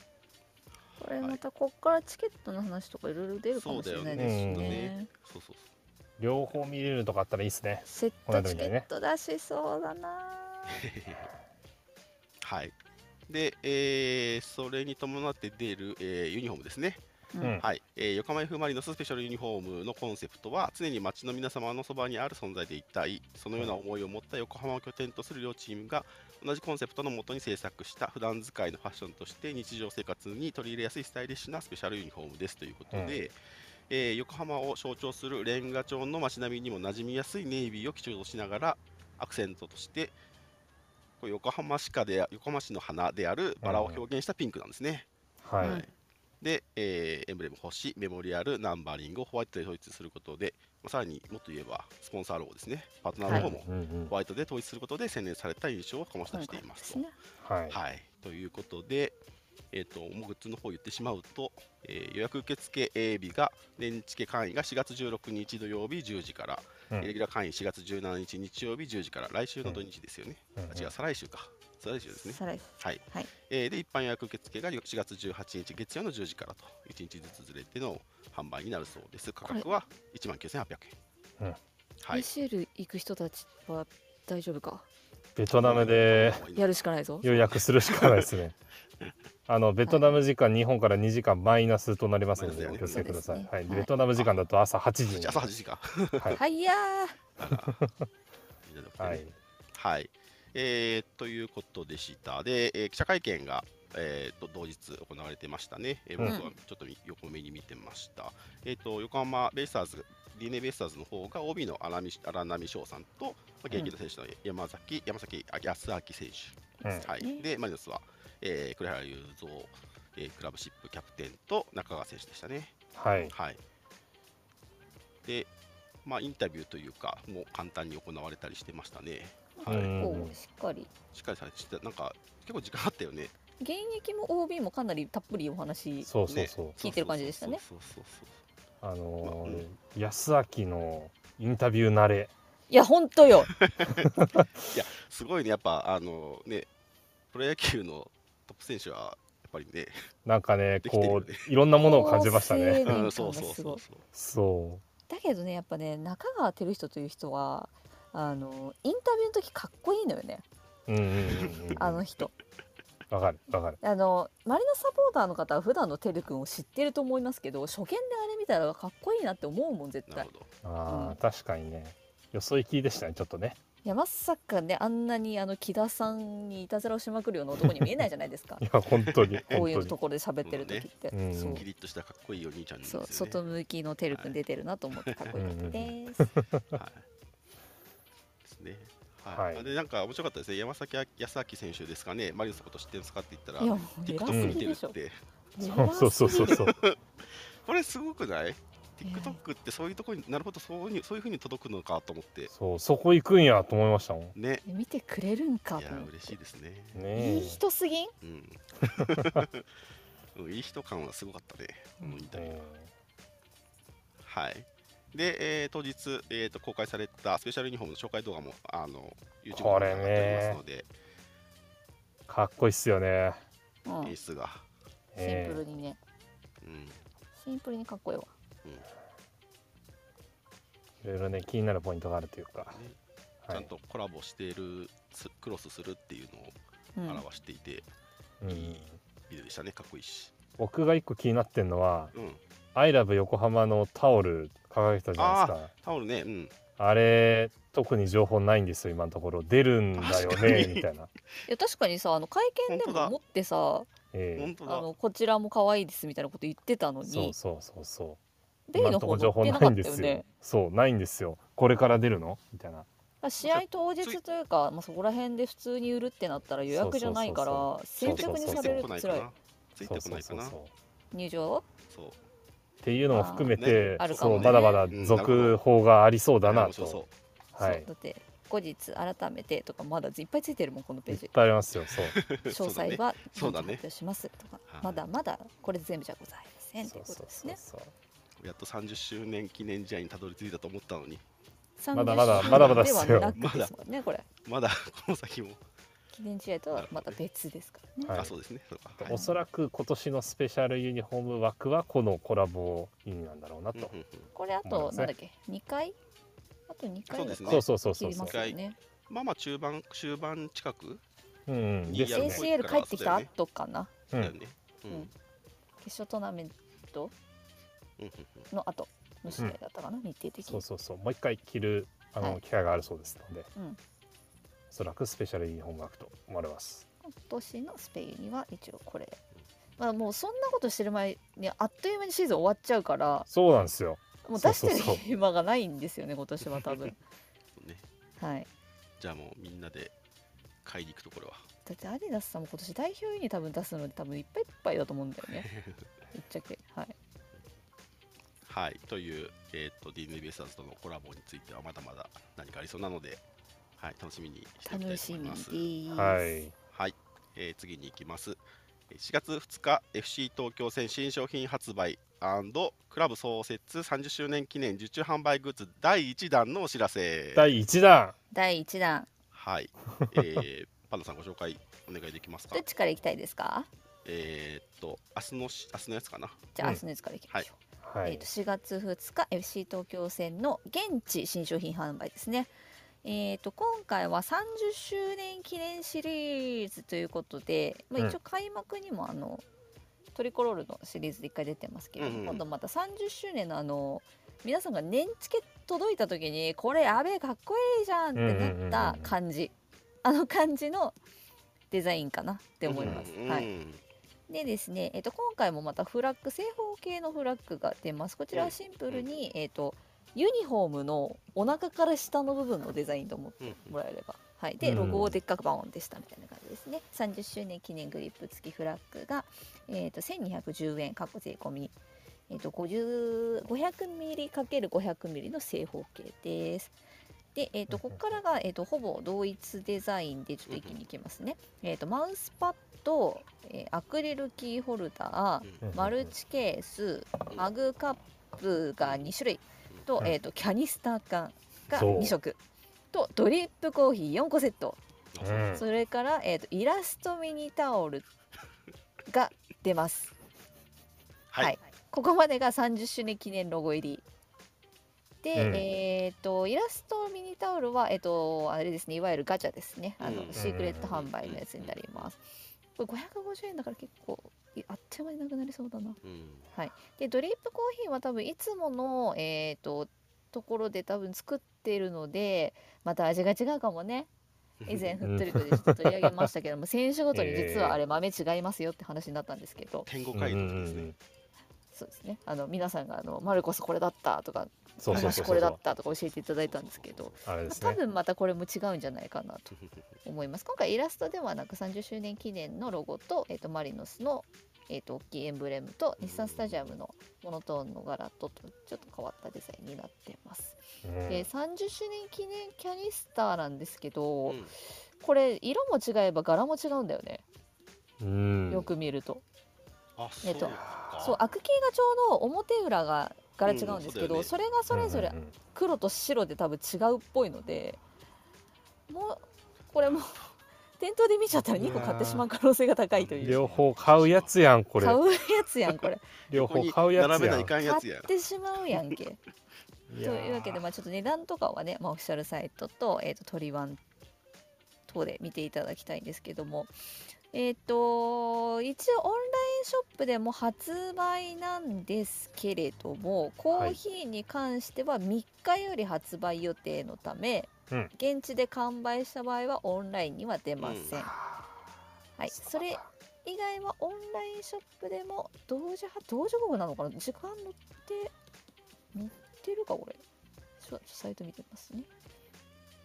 これまたこっからチケットの話とかいろいろ出るかもしれないですし
そうだよ
ね。
そうそうそ
え両方見れるとかあったらいいですね。
セットチケット出しそうだな。
う はいで、えーそれに伴って出る、えーユニフォームですね、
う
うん
ん。
はいえー横浜 F ・マリノススペシャルユニフォームのコンセプトは常に街の皆様のそばにある存在で一体そのような思いを持った横浜を拠点とする両チームが同じコンセプトのもとに制作した普段使いのファッションとして日常生活に取り入れやすいスタイリッシュなスペシャルユニフォームですということで、
うん
えー横浜を象徴するレンガ調の街並みにも馴染みやすいネイビーを基調としながらアクセントとしてこう横浜市かで横浜市の花であるバラを表現したピンクなんですね。
はい。
うん
で、えーエンブレム星、メモリアル、ナンバリングをホワイトで統一することで、まあさらにもっと言えば、スポンサーロゴですね、パートナーロゴも
うんうん
ホワイトで統一することで洗練された印象を醸し出
今
してい
回で
ます
す
と。
ね。
はい。
はい、ということで、えー、ともうグッズの方言ってしまうと、えー予約受付日が年チケ会員が4月16日土曜日10時から、
うん
レギュラー会員4月17日日曜日10時から、来週の土日ですよね、
うん
あ違う、再来週か、再来週ですね。
再来
はい、
はい
えーで一般予約受付が4月18日月曜の10時からと1日ずつずれての販売になるそうです価格は1万9800円、
うん
はい
ACL 行く人たちは大丈夫か。
ベトナムで
やるしかないぞ。
予約するしかないです ね。あのベトナム時間、日本から2時間マイナスとなりますので、
マ
お
イ
気
ナ
を
ス
つ
だ
け
よ
ね
ください。はい、
そうですね
ベトナム時間だと朝8時に。
朝8時か
はい、
はいや
みんなで送ってね
はい、
はい、えーということでした。で、えー記者会見が、えーと同日行われてましたね。えー
うん
僕はちょっとみ横目に見てました。えっ、と横浜ベイスターズ、d n a ベイスターズの方が OB の荒波荒波翔さんと、まあ、現役の選手の山崎、山崎あ康明選手、
うん
はい。でマリノスは、えー、栗原雄三、えークラブシップキャプテンと中川選手でしたね。
はい、
はい、で、まあ、インタビューというか、もう簡単に行われたりしてましたね。
ー。
はい
うん
こうしっかり。
しっかりされててなんか結構時間あった よね
現役も OB もかなりたっぷりお話。
そうそうそう、
聞いてる感じでしたね
そうそうそうそう
あの
う
ー安明のインタビュー慣れ。
いや本当よ
すごいね、やっぱあのね、プロ野球のトップ選手は、やっぱりね、
なんかね、
できてる
こ
よね
う、いろんなものを感じま したね。
青
うん、
年感
そう
が
そう
す
そ
ごいう
そう。
そ
だけどねやっぱね中川照人という人はあのインタビューの時かっこいいのよね
う。うんうんうんうん。
あの人
わかるわかる。
あのマリノスサポーターの方は普段のてるくんを知ってると思いますけど初見であれ見たらかっこいいなって思うもん絶
な
対
るほど。
ああ、
うん
確かにね。よそ行きでしたね、ちょっとね。
いやまさかねあんなにあの木田さんにいたずらをしまくるような男に見えないじゃないですか
いや、本当に。
こ
本
うい
当
う
に
と。ころで喋ってる時って、
うん
そう
キリッとしたかっこいいお兄ちゃんなんです
そ
よ
う
ね。
外向きのてるく
は
ん
い
出てるなと思ってかっこよかったです
はい。ですね。はい。
はい
でなんか面白かったですね。山崎康明選手ですかね。マリノスのこと知ってるんですかって言ったら
いや、もう偉
TikTok
す
見
ぎ
てる
で
っ
しょ
て。
そうそうそうそう。
これすごくない
いや
?TikTok ってそういうとこになるほどそうにそういう風に届くのかと思って。
そう、そこ行くんやと思いましたもん。ね
ね。
見てくれるん
い
かと
や
思って
嬉しいですね。
え
いい人すぎん
うん。うん いい人感はすごかったね。このインタビュー
え
はい。で、えー当日、えー、と公開されたスペシャルユニフォームの紹介動画もあの YouTube
こ
に
れね
上がっておりますので、
ーかっこいいっすよね。
うん
演出が。
シン
え
プル
え
にね
うん
シンプルにかっこいいわ
いろいろね、気になるポイントがあるというか。
ねち
は
ゃん
い。
とコラボしている、すクロスするっていう
うん
のを表していて、
うん
ビデオでしたね、かっこいいし。
僕が一個気になってんのは、
うん、
アイラブ横浜のタオル掲げてたじゃないですか。
タオルね、うん、
あれ特に情報ないんですよ今のところ出るんだよ
確か
ね
に
みたいな、
いや確かにさあの会見で
本当
も
だ
持ってさ
え
本当
あ
だ。
のこちらも可愛いですみたいなこと言ってたの
えそ
に
うそうそうそ
ベ
う
イ
今
の
のとこ
方
ろ情
載っ
報な
てなか
い
っ
んで
たよ
す
ね
よそうないんですよこれから出るのみたいな
試合当日というか、まあ、そこら辺で普通に売るってなったら予約じゃないから
そ
先
うそうそう
着に
そう
さ
つ
れ
いて
る
ことない
つ
から
い
な。ついてこないかな。
そう
そ
そうそう
入場
う。
っていうのも含めて、
あーね
そう
ある
まだ
かもね
まだ続報がありそうだな
面
と、
白そ
は
そ
いう
だって後日改めてとかまだいっぱいついてるもんこのペ
い
ー
っ
ジ
ぱいありますよ そう
う。
詳
そう
細
だね
は後
そ
日
うだ
発
ね
表しますとか、
はい
まだまだこれ全部じゃございませんって
そう
こと
そう
です
そう
ね
そう
やっと30周年記念試合にたどり着いたと思ったのに、
まだまだまだまだですよ
ではなくですもんねこれ
まだこの先も、
記念試合とはまた別ですからね、
はい
あ、そうですね。そうか。
おそらく今年のスペシャルユニフォーム枠はこのコラボ意味なんだろうな
うんうん
と、
うん
これあ
思い
と
ますね
なんだっけ2回あと2回
そうですね
そうそうそうそ
切
う
り
そ
ま
う
すよね
まあまあ中盤中盤近く
うんうんですよ
いい
ね
やつ
JCL 帰ってきた後かな、
うん
だよね。うん
うん決勝トーナメント
うんうんうん
の後の試合だったかな、日程的
そう
に
そうそうもう一回着るあ
は
の
い
機会があるそうですので、
うん
おそらくスペシャルイン本枠と思われます。
今年のスペインには一応これ、まあ、もうそんなことしてる前にあっという間にシーズン終わっちゃうから
そうなんですよ。
もう出してる
そうそうそう
暇がないんですよね今年は多分
そうね。
はい
じゃあもうみんなで買いに行くところは。
だってアディダスさんも今年代表ユニ多分出すので多分いっぱいいっぱいだと思うんだよねぶっちゃけはい
はい、という、えー、と DNA ベースターズとのコラボについてはまだまだ何かありそうなので、はい、楽しみにしていきた
楽
いと
し
思い
み
ま。
です
はい。
はい、えー次に行きます。えー4月2日、FC 東京戦新商品発売クラブ創設30周年記念受注販売グッズ第1弾のお知らせ。
第一弾。
第1弾
はい、えーパンダさんご紹介お願いできます か
どっ。ちから行きたいですか
えーっと明日のし明日のやつかな。
じゃあ
うん
明日のやつからいきましょう、
は
えー、
い
と。4月2日 FC 東京戦の現地新商品販売ですね。えー、と今回は30周年記念シリーズということで、ま
うん
あ、一応開幕にもあの、トリコロールのシリーズで1回出てますけど、
うんうん
今度また30周年のあの皆さんが年チケ届いた時にこれやべえかっこいいじゃんってなった感じ、あの感じのデザインかなって思います。
うん
はい
うん
でですね、えっと今回もまたフラッグ正方形のフラッグが出ますこちらはシンプルに、えっとユニフォームのお腹から下の部分のデザインと思って
うん
もらえれば、はい、で
うん
ロゴをでっかくバーンでしたみたいな感じですね30周年記念グリップ付きフラッグが、えっと1210円過去税込み、えっと50 500ミリ ×500 ミリの正方形ですで、えっと
うんう
こ
ん
こからが、えっとほぼ同一デザインでちょっと一気にいきますね、えっとマウスパッド、えーアクリルキーホルダー
うん
マルチケースマグカップが2種類と,、
うん
えー、とキャニスター缶が
そう
2色とドリップコーヒー4個セット、
うん
それから、えー、とイラストミニタオルが出ます。
はい
はいここまでが30周年記念ロゴ入り。で、
うん
えっ、と、イラストミニタオルは、えっ、と、あれですね、いわゆるガチャですね。あの、
うん
シークレット販売のやつになります。これ550円だから結構、いあっという間になくなりそうだな。
うん
で、ドリップコーヒーは多分いつもの、えっ、と、ところで多分作ってるので、また味が違うかもね。以前、ふっとりこでちょっと取り上げましたけども、選手ごとに実はあれ豆違いますよって話になったんですけど、
天国会の時ですね。
そうですね。あの皆さんがあのマルコスこれだったとか、
そうそうそ
私
う
こ
そ
れだっ
う。
たとか教えていただいたんですけど、
あれ
ま
で
あ
す
多
ね。
分またこれも違うんじゃないかなと思います。今回イラストではなく30周年記念のロゴと、えっ、とマリノスのえっ、と大きいエンブレムと日産スタジアムのモノトーンの柄ととちょっと変わったデザインになってます。
うん
で30周年記念キャニスターなんですけど、
うん
これ色も違えば柄も違うんだよね。
うん
よく見ると。
あ、
え
そ
っ
う
と
か。
そうアクキーがちょうど表裏が柄違うんですけど、
うんそ
それがそれぞれ
うんうんうん
黒と白で多分違うっぽいので、もうこれも 店頭で見ちゃったら2個買ってしまう可能性が高いという
両方買うやつやんこれ
買。うやつやん これ
両
ここ
方
に
買うや
並
つ
べ
や
ない
ん。
かん
買
や
っ
つや。
てしまうやんけ
い
と
やー
いうわけで、まあ、ちょっと値段とかはね、まあ、オフィシャルサイトと,、えー、とトリワン等で見ていただきたいんですけどもえっ、と一応オンラインショップでも発売なんですけれどもコーヒーに関しては3日より発売予定のため、
うん
現地で完売した場合はオンラインには出ません、
うん
はい、それ以外はオンラインショップでも同時発同時刻なのかな時間載って載ってるかこれちょっとサイト見てますね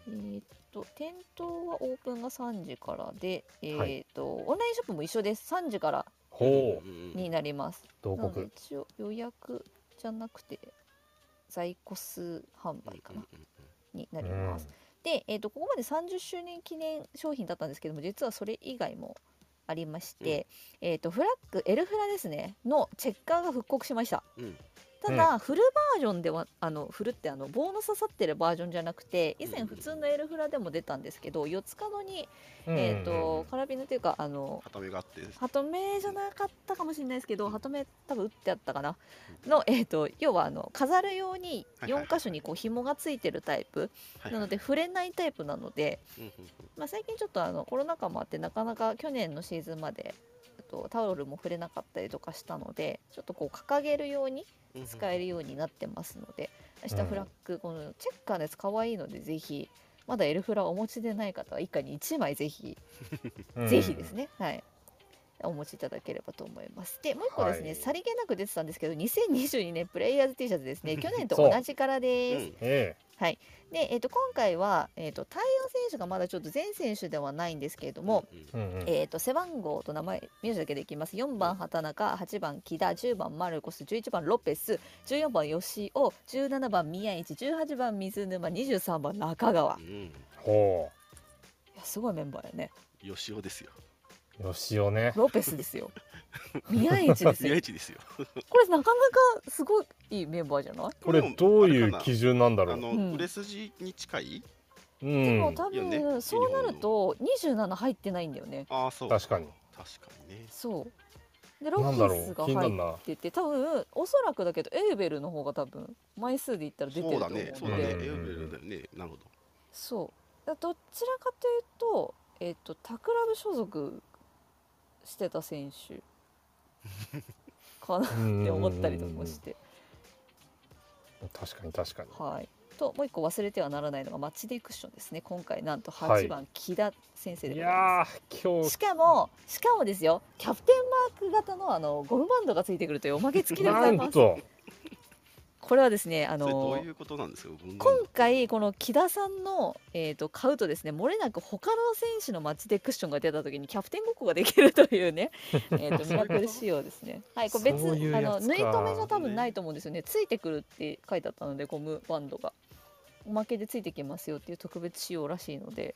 えーっと店頭はオープンが3時からで、えーっとオンラインショップも一緒です3時から
ほう
うん
になります、
同
なので
国。
一応予約じゃなくて在庫数販売かな、。になります、で、えー、とここまで30周年記念商品だったんですけども実はそれ以外もありまして、えー、とフラッグエルフラですねのチェッカーが復刻しました
うんうん
ただ、フルバージョンではあのフルってあの棒の刺さってるバージョンじゃなくて以前普通のエルフラでも出たんですけど四つ角に、
うん
えー、とカラビナというかあの
固めがあって。
鳩目じゃなかったかもしれないですけど鳩目多分打ってあったかなの、えー、と要はあの飾る用に4箇所にこう紐がついてるタイプ
はい
なので触れないタイプなので、
うんうん
まあ、最近ちょっとあのコロナ禍もあってなかなか去年のシーズンまでえっとタオルも触れなかったりとかしたのでちょっとこう掲げるように
うんうん
使えるようになってますので下
うん
フラッグこのチェッカーのやつ可愛いのでぜひまだエルフラをお持ちでない方は一家に1枚ぜひ
うん
ぜひですね、はいお持ちいただければと思いますでもう一個ですね、
はい
さりげなく出てたんですけど2022年プレイヤーズ T シャ ツですね去年と
そう
同じ柄です、
うん
え
で、えっと今回は、えっと対応選手がまだちょっと全選手ではないんですけれども、
うんうん
え。うんうん
えっと背番号と名前名字だけでいきます4番畑中8番木田10番マルコス11番ロペス14番吉尾17番宮市18番水沼23番中川い
ほ
やすごいメンバーやね
うん。よしおですよ。
う。よしおね。
ロペ スですよ宮市です
宮
よ
市ですよ。
これなかなかすごいいいメンバーじゃない、
これどういう基準なんだろ
あ
う。
の、
うん
売れ筋に近い。
う
でも
ん。
多分、
いいよね
そうなると27入ってないんだよね
ああ、そう。
確かに。
確かにね。
そうでロ
なんだろ
ッキー
う
ス。が
気にな
入
る
っ
な。
てて多分おそらくだけどエーベルの方が多分枚数で言ったら出て
そ
ると
うだ
思うので
ね。そうだね。エ
うんうんうん
ウベルだよね。なるほど。
そうだどちらかというと,、えっとタクラブ所属してた選手かなっ
って
思ったりとかして、
確かに確かに。
はい、ともう一個忘れてはならないのがマッチディクッションですね今回なんと
は
8
い
番、木田先生で
い
ございます
やー今日
しかもしかもですよキャプテンマーク型のあのゴムバンドがついてくるというおまけ付きでござい
な
ま
ん
す
と
これはですねあ
それどう
の
いうことなんですか。文具
今回この木田さんの、えー、と買うとですね漏れなく他の選手のマッチでクッションが出た時にキャプテンごっこができるという ねえーとミラクル仕様ですね。はい、これ別
そういう
あ
やつか
の縫い留めじゃ多分ないと思うんですよねついてくるって書いてあったのでゴムバンドが。おまけでついてきますよっていう特別仕様らしいので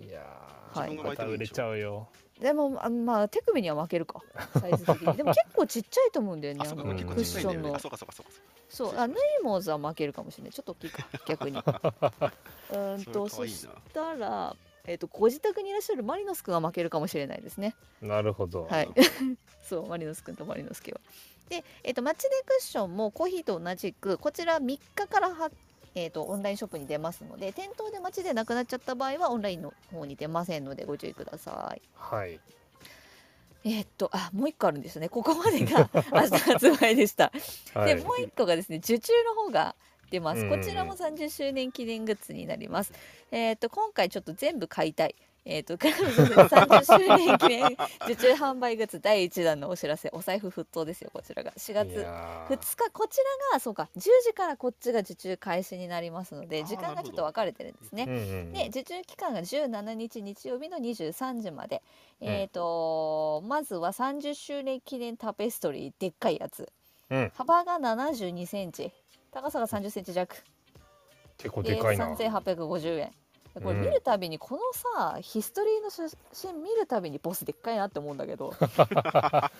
いや
はい
ーまた売れちゃうよ。
でもあまあ手首には負け るかサイズ的にでも結構ちっちゃいと思うんだよね
あ、そう
あ
か、
の
これ結構
クッ
小さい
シ
ん
ョン
だよね。
の
あ、そうか、そうか、そう
そ
か。
う
そうそう
あヌイモーズは負けるかもしれないちょっと大きいか逆 にうーんと
そ
そ
れ可愛いな
したらえっ、とご自宅にいらっしゃるマリノス君は負けるかもしれないですね
なるほど。
はい。そう、マリノス君とマリノスケは。で、えっと、マッチデークッションもコーヒーと同じく、こちら3日からは、えっと、オンラインショップに出ますので、店頭で街でなくなっちゃった場合は、オンラインの方に出ませんので、ご注意ください。
はい。
えっと、あ、もう1個あるんですよね。ここまで が明日発売でした。
は
で、
い
も。う1個がですね、受注の方が。出ま
う
す
ん
こちらも30周年記念グッズになります。えっと今回ちょっと全部買いたい。えっと クラブゾーンの30周年記念受注販売グッズ第1弾のお知らせお財布沸騰ですよこちらが4月
い
2
やー
日こちらがそうか10時からこっちが受注開始になりますの
あ
で
ー
時間
な
が
る
ち
ほど
ょっと分かれてるんです
う
ね。
んうん
で受注期間が17日日曜日の23時まで、
うん
えっ、とまずは30周年記念タペストリーでっかいやつ、
うん
幅が72センチ高さが30センチ弱
結構
で
でかいな。
3850円でこれ
うん
見るたびにこのさ、ヒストリーの写真見るたびにボスでっかいなって思うんだ けど誰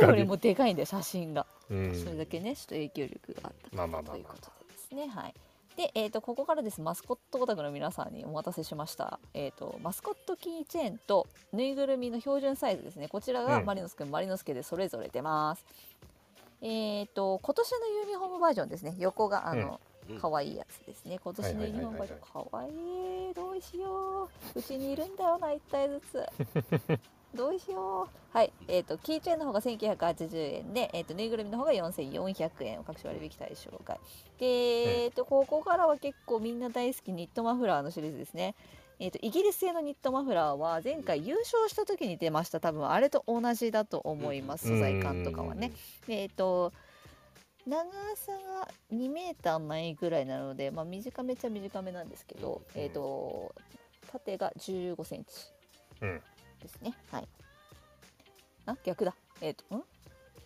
よりもでかいんだよ写真が、
うん
それだけねちょっと影響力があった
まあまあまあ
ということですねはいで、えー、とここからですマスコットオタクの皆さんにお待たせしました、えー、とマスコットキーチェーンとぬいぐるみの標準サイズですねこちらが
うん
マリノスくん、マリノスケでそれぞれ出ますえー、と今年のユーミホームバージョンですね横があの、
うん
うん
可愛いやつですね。今年のユニフォームバージョン可愛い。どうしよう。うちにいるんだよな一体ず つ。どうしよう。はい。えっ、とキーチェーンの方が1980円で、えっ、とぬいぐるみの方が4400円を各種割引対象外。で、えっ、とここからは結構みんな大好きニットマフラーのシリーズですね。えー、とイギリス製のニットマフラーは前回優勝した時に出ました多分あれと同じだと思います素材感とかはね。。でえっと長さが2メーターないぐらいなので、まあ、短めっちゃ短めなんですけど、
うん
えっと縦が1 5センチ
うん
ですね、はいあ逆だえっ、とん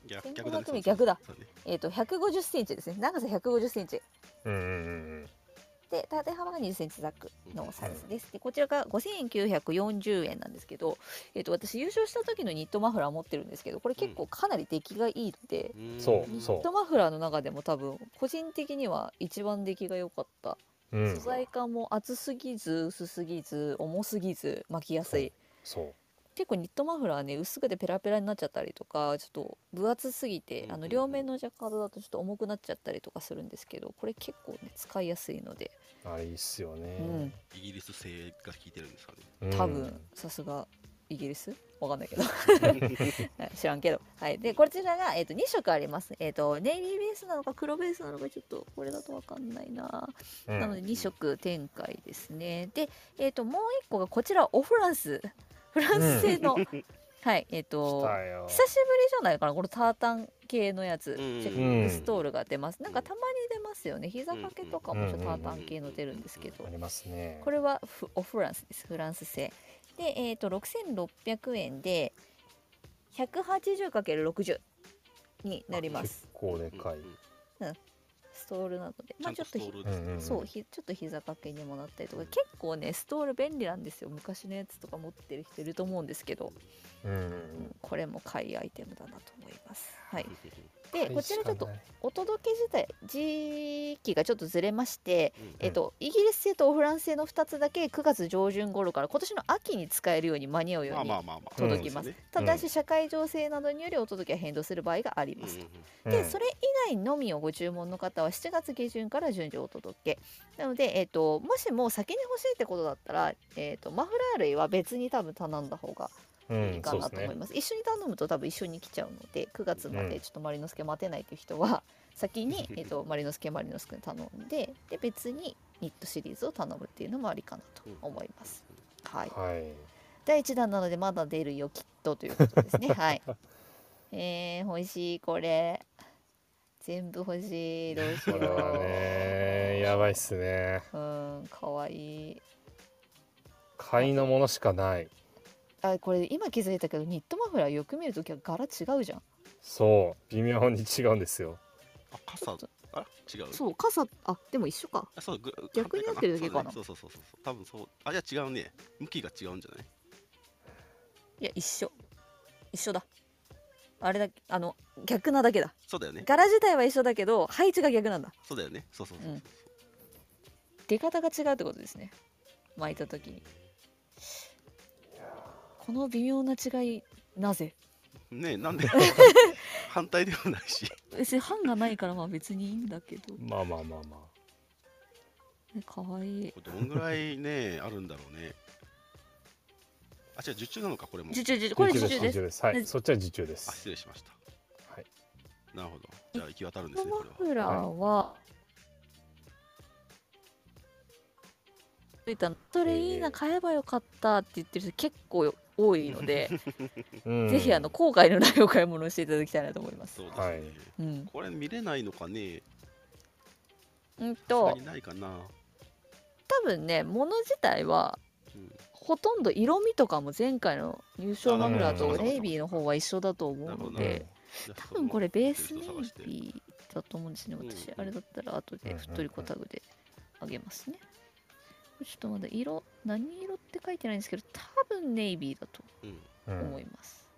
逆逆だね。
1500ミリ逆だ
そうね。
えっ、と1 5 0センチですね長さ1 5 0センチ
うんうんうん
で縦幅が2 0センチ弱のサイズです。でこちらが5940円なんですけど、えっと私優勝した時のニットマフラー持ってるんですけどこれ結構かなり出来がいいので、
うん
そ
ニ
う
ットマフラーの中でも多分個人的には一番出来が良かった、
うんうん
素。材感も厚すぎず薄すぎず重すぎず巻きやすい
そう。
結構ニットマフラーね薄くてペラペラになっちゃったりとかちょっと分厚すぎて、
うんうんうん
あの両面のジャカードだとちょっと重くなっちゃったりとかするんですけどこれ結構ね使いやすいので、
あれいいっすよね。
うん、
イギリス製が効いてるんですかね。
うん
多分さすがイギリスわかんな いけど はい知らんけど、はい、でこちらが、えっと2色あります、えっとネイビーベースなのか黒ベースなのかちょっとこれだとわかんないな
うん
なので2色展開ですね。で、えー、ともう1個がこちらオフランス フランス製の、 はいえ
来
っ、と
たよ
久しぶりじゃないかなこのタータン系のやつ、
うん
チェックストールが出ますなんかたまに出ますよね膝掛けとかもちょっと
うん
タータン系の出るんですけど
ありますね。
これはフオフランスですフランス製で、えー、と6600円で 180×60 になります
結構でかい。
うん
ストールなので
ちゃんとスト
ひ
ールです
うん
ね。
そう
うん
ひちょっと膝掛けにもなったりとか
うん
結構ねストール便利なんですよ昔のやつとか持ってる人いると思うんですけど、
うん。
これも買いアイテムだなと思いますはい
うん
でこちらちょっとお届け自体時期がちょっとずれまして、えっと、イギリス製とフランス製の2つだけ9月上旬頃から今年の秋に使えるように間に合うよう
まあ
に、
まあまあまあ。
届きます
そうで
ただし社会情勢などによりお届けは変動する場合がありますす
ね。
うん
でそれ以外のみをご注文の方は7月下旬から順次お届けなので、えっともしも先に欲しいってことだったら、えっとマフラー類は別に多分頼んだ方が
うん
いいか
そう
な
です
と思い
ね。
ます,、一緒に頼むと多分一緒に来ちゃうので9月ま
う
で
ん
ちょっとマリノスケ待てないという人は 先に、えっとマリノスケマリノスケ頼んでで別にニットシリーズを頼むっていうのもありかなと思います。は い
はい。
第1弾なのでまだ出るよきっとということ ですねはいえー、欲しいこれ全部欲しいどうしよ
これはねやばいっすね。
ううんかわいい
買いのものしかない。
あこれ今気づいたけどニットマフラーよく見るときは柄違うじゃん
そう微妙に違うんですよ。
あ、傘
ちょっ
あ違う。
そう傘あでも一緒か
あそうぐ
逆になってるだけかな
そうだねそうそうそうそう。多分そう。あじゃあ違うね。向きが違うんじゃない？
いや一緒一緒だあれだあの逆なだけだ
そうだよね。
柄自体は一緒だけど配置が逆なんだ
そうだよね。そうそうそう
う。ん出方が違うってことですね巻いた時にこの微妙な違いなぜ
ねえな んで反対ではないし。
別に版がないからまあ別にいいんだけど
まあまあまあま
かわいい
これどんぐらいねあるんだろうね。あ違う受注なのかこれも。
受注受注
あ。
これ
受
受
注受
注です
注です。は
ね
い、そっちは受注で
あ
す。
失礼しました。
はい。
なるほど。じゃあ行き渡るんで
こ
すね
の
こ
マ
れは。
フラーはついたのそれいい
え
な
ー
買えばよかったって言ってる人結構多いので、
うん
ぜひあの後悔のないお買い物をしていただきたいなと思います
そうですね。
はい
うん、
これ見れないのかね。
うん
そん
と
なにないかな。
多分ね物自体は
うん
ほとんど色味とかも前回の入賞マフラー
うん
とネイビーの方は一緒だと思うの
な
うん
るほ
で
どじゃあ
多分これベース
そ
ネ
の探して
イビーだと思うんですね
うん
私あれだったら
う
後
ん
で
うん
太り子タグであげますねちょっとまだ色何色って書いてないんですけど多分ネイビーだと
うん。
うん
思います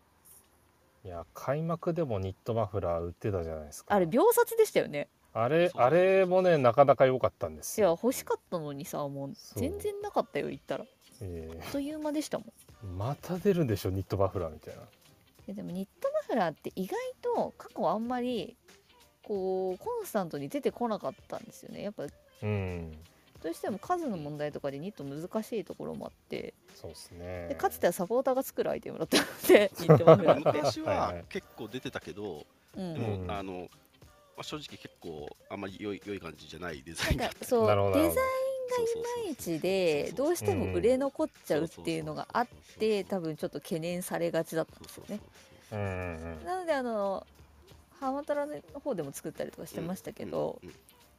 いや開幕でもニットマフラー売ってたじゃないですか。
あれ秒殺でしたよね
あれあれもねなかなか良かったんです
いや
よ。
欲しかったのにさもう
そう
全然なかったよ言ったら
ええ
あっという間でしたもん
また出るんでしょニットマフラーみたいな。
いやでもニットマフラーって意外と過去あんまりこうコンスタントに出てこなかったんですよねやっぱ
うん。
どうしても数の問題とかでニット難しいところもあって
そうですね。
でかつてはサポーターが作るアイテムだったの でニットマフラーって、
昔
はい
は
はい
結構出てたけど、
う
で
ん、
も、
うん
あの、まあ、正直結構あんまり良い良い感じじゃないデザ
な
イ
ん
ンだっ
か
た。
そ
なるほ
う
どなるほ
デザ
ど
インがいまいちでどうしても売れ残っちゃうっていうのがあって多分ちょっと懸念されがちだったんですよね。
うんうんうん。
なのであのハマタラの方でも作ったりとかしてましたけど、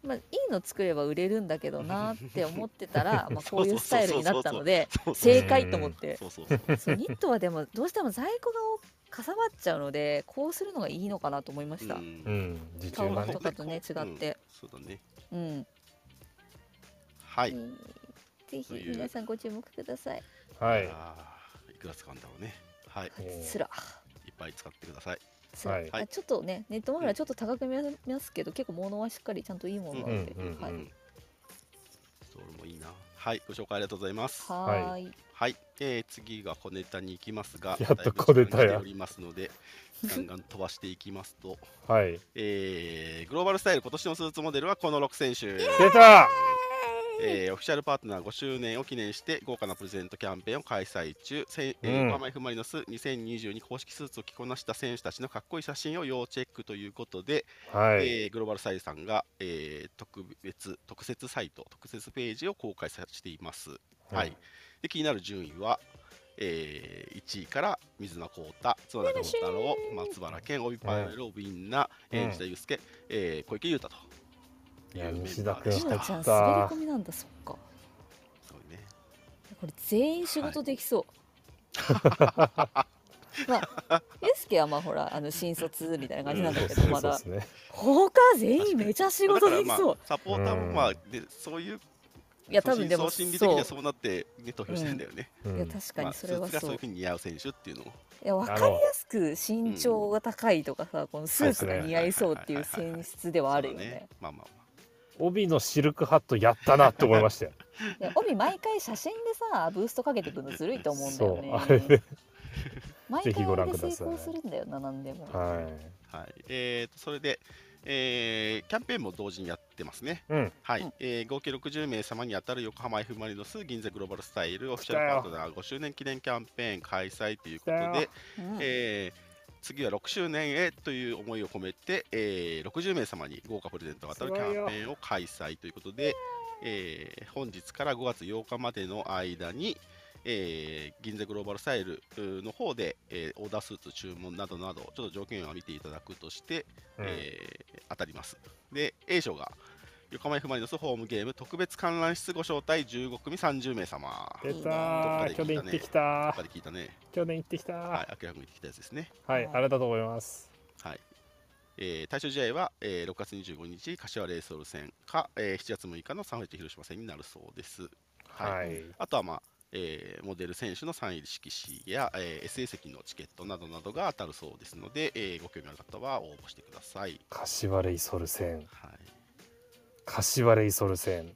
まあ、いいの作れば売れるんだけどなって思ってたらまあこういうスタイルになったので正解と思って
そうそうそう
そうニットはでもどうしても在庫が多かさばっちゃうのでこうするのがいいのかなと思いました、
う
うん
ん。受
タ
注
オ
が
ル
ね
と。かとね違って、
そうだね
うん
はい、
ぜひ
という
皆さんご注目ください
はい。
あーいくら使うんだろうねはい
えー
つら
いっぱい使ってください
つら、
はい
あちょっとねネットマフラーちょっと高く見えますけど結構物はしっかりちゃんといいものなので、
うんうんうん
はい
うんそれもいいなはいご紹介ありがとうございますは
はーい
い、えー、次が小ネタに行きますが
やっと小ネタや
だいぶ時間が来ておりますのでガンガン飛ばしていきますと、
はい。
えー、グローバルスタイル今年のスーツモデルはこの6選手
出た。
えーオフィシャルパートナー5周年を記念して豪華なプレゼントキャンペーンを開催中、せんえー
うん
横浜 F ・マリノス2022公式スーツを着こなした選手たちのかっこいい写真を要チェックということで、
はい。
えーグローバルサイズさんが、えー特別特設サイト特設ページを公開させています、
うん
はい、で気になる順位は、え1位から水野幸太角田幸太郎松原健帯パネルウィンナー、えー
うん
西田祐介、えー小池優太と
い
い
や
うメン
西田
バーで
君
し
今
た
ち
入
ゃん
っ
滑
た
り込みなんだそっか
すごいね
これ全員仕事できそう。 まあ、ユースケはまあほらあの新卒みたいな感じなんだけど、
そう
ま
そう
だ
ですね。
他全員めちゃ仕事でき
だから
そう。
まあ、サポーターもまあ、でそういう
いや多分でも
送
そう。
信送
い
信理的にはそうなって、ね、投票してんだよね、
うん
や確か
まあ
にそれは
スーツがそう
そ
いう
う
ふ。うに似合う選手っていうのを
いやわかりやすく身長が高いとかさ、このスーツが似合いそうっていう選出ではあるよ
そうだ
ね。
まあまあま
帯のシルクハットやったなって思いましたよ。
いや帯毎回写真でさブーストかけてくるのずるいと思うんだよ
そう
ね。
あれで。
毎
ぜひ
回
ご
あ
覧
れ
く
で
ださい
成功するんだよななんでも。
はい。
あはいえー、とそれで、えーキャンペーンも同時にやってますね
うん。
はい、
うん
えー合計60名様に当たる横浜 F ・マリノス銀座グローバルスタイルオフィシャルパートナー5周年記念キャンペーン開催ということ
来た
で
よ、
うん
えー次は6周年へという思いを込めて、えー60名様に豪華プレゼントが当たるキャンペーンを開催ということで、えー本日から5月8日までの間に、えー銀座グローバルスタイルの方で、えーオーダースーツ注文などなどちょっと条件を見ていただくとして、
うん
えー当たりますで A 賞が横浜 F ・マリノスホームゲーム特別観覧室ご招待15組30名様
出
いいね
た。去年行ってきた
他。で聞いたね
去年行ってきた。
は
はい
明らかに聞いたやつですね
い。あれだと思います。
はいえー対象試合は、えー6月25日、柏レイソル戦か、えー7月6日のサンフレッチェ広島戦になるそうです。は
は
い
い。
あとは、まあえーモデル選手のサイン入り色紙や、えー SA 席のチケットなどなどが当たるそうですので、えーご興味ある方は応募してください。
柏レイソル戦
はい。
柏レイソル戦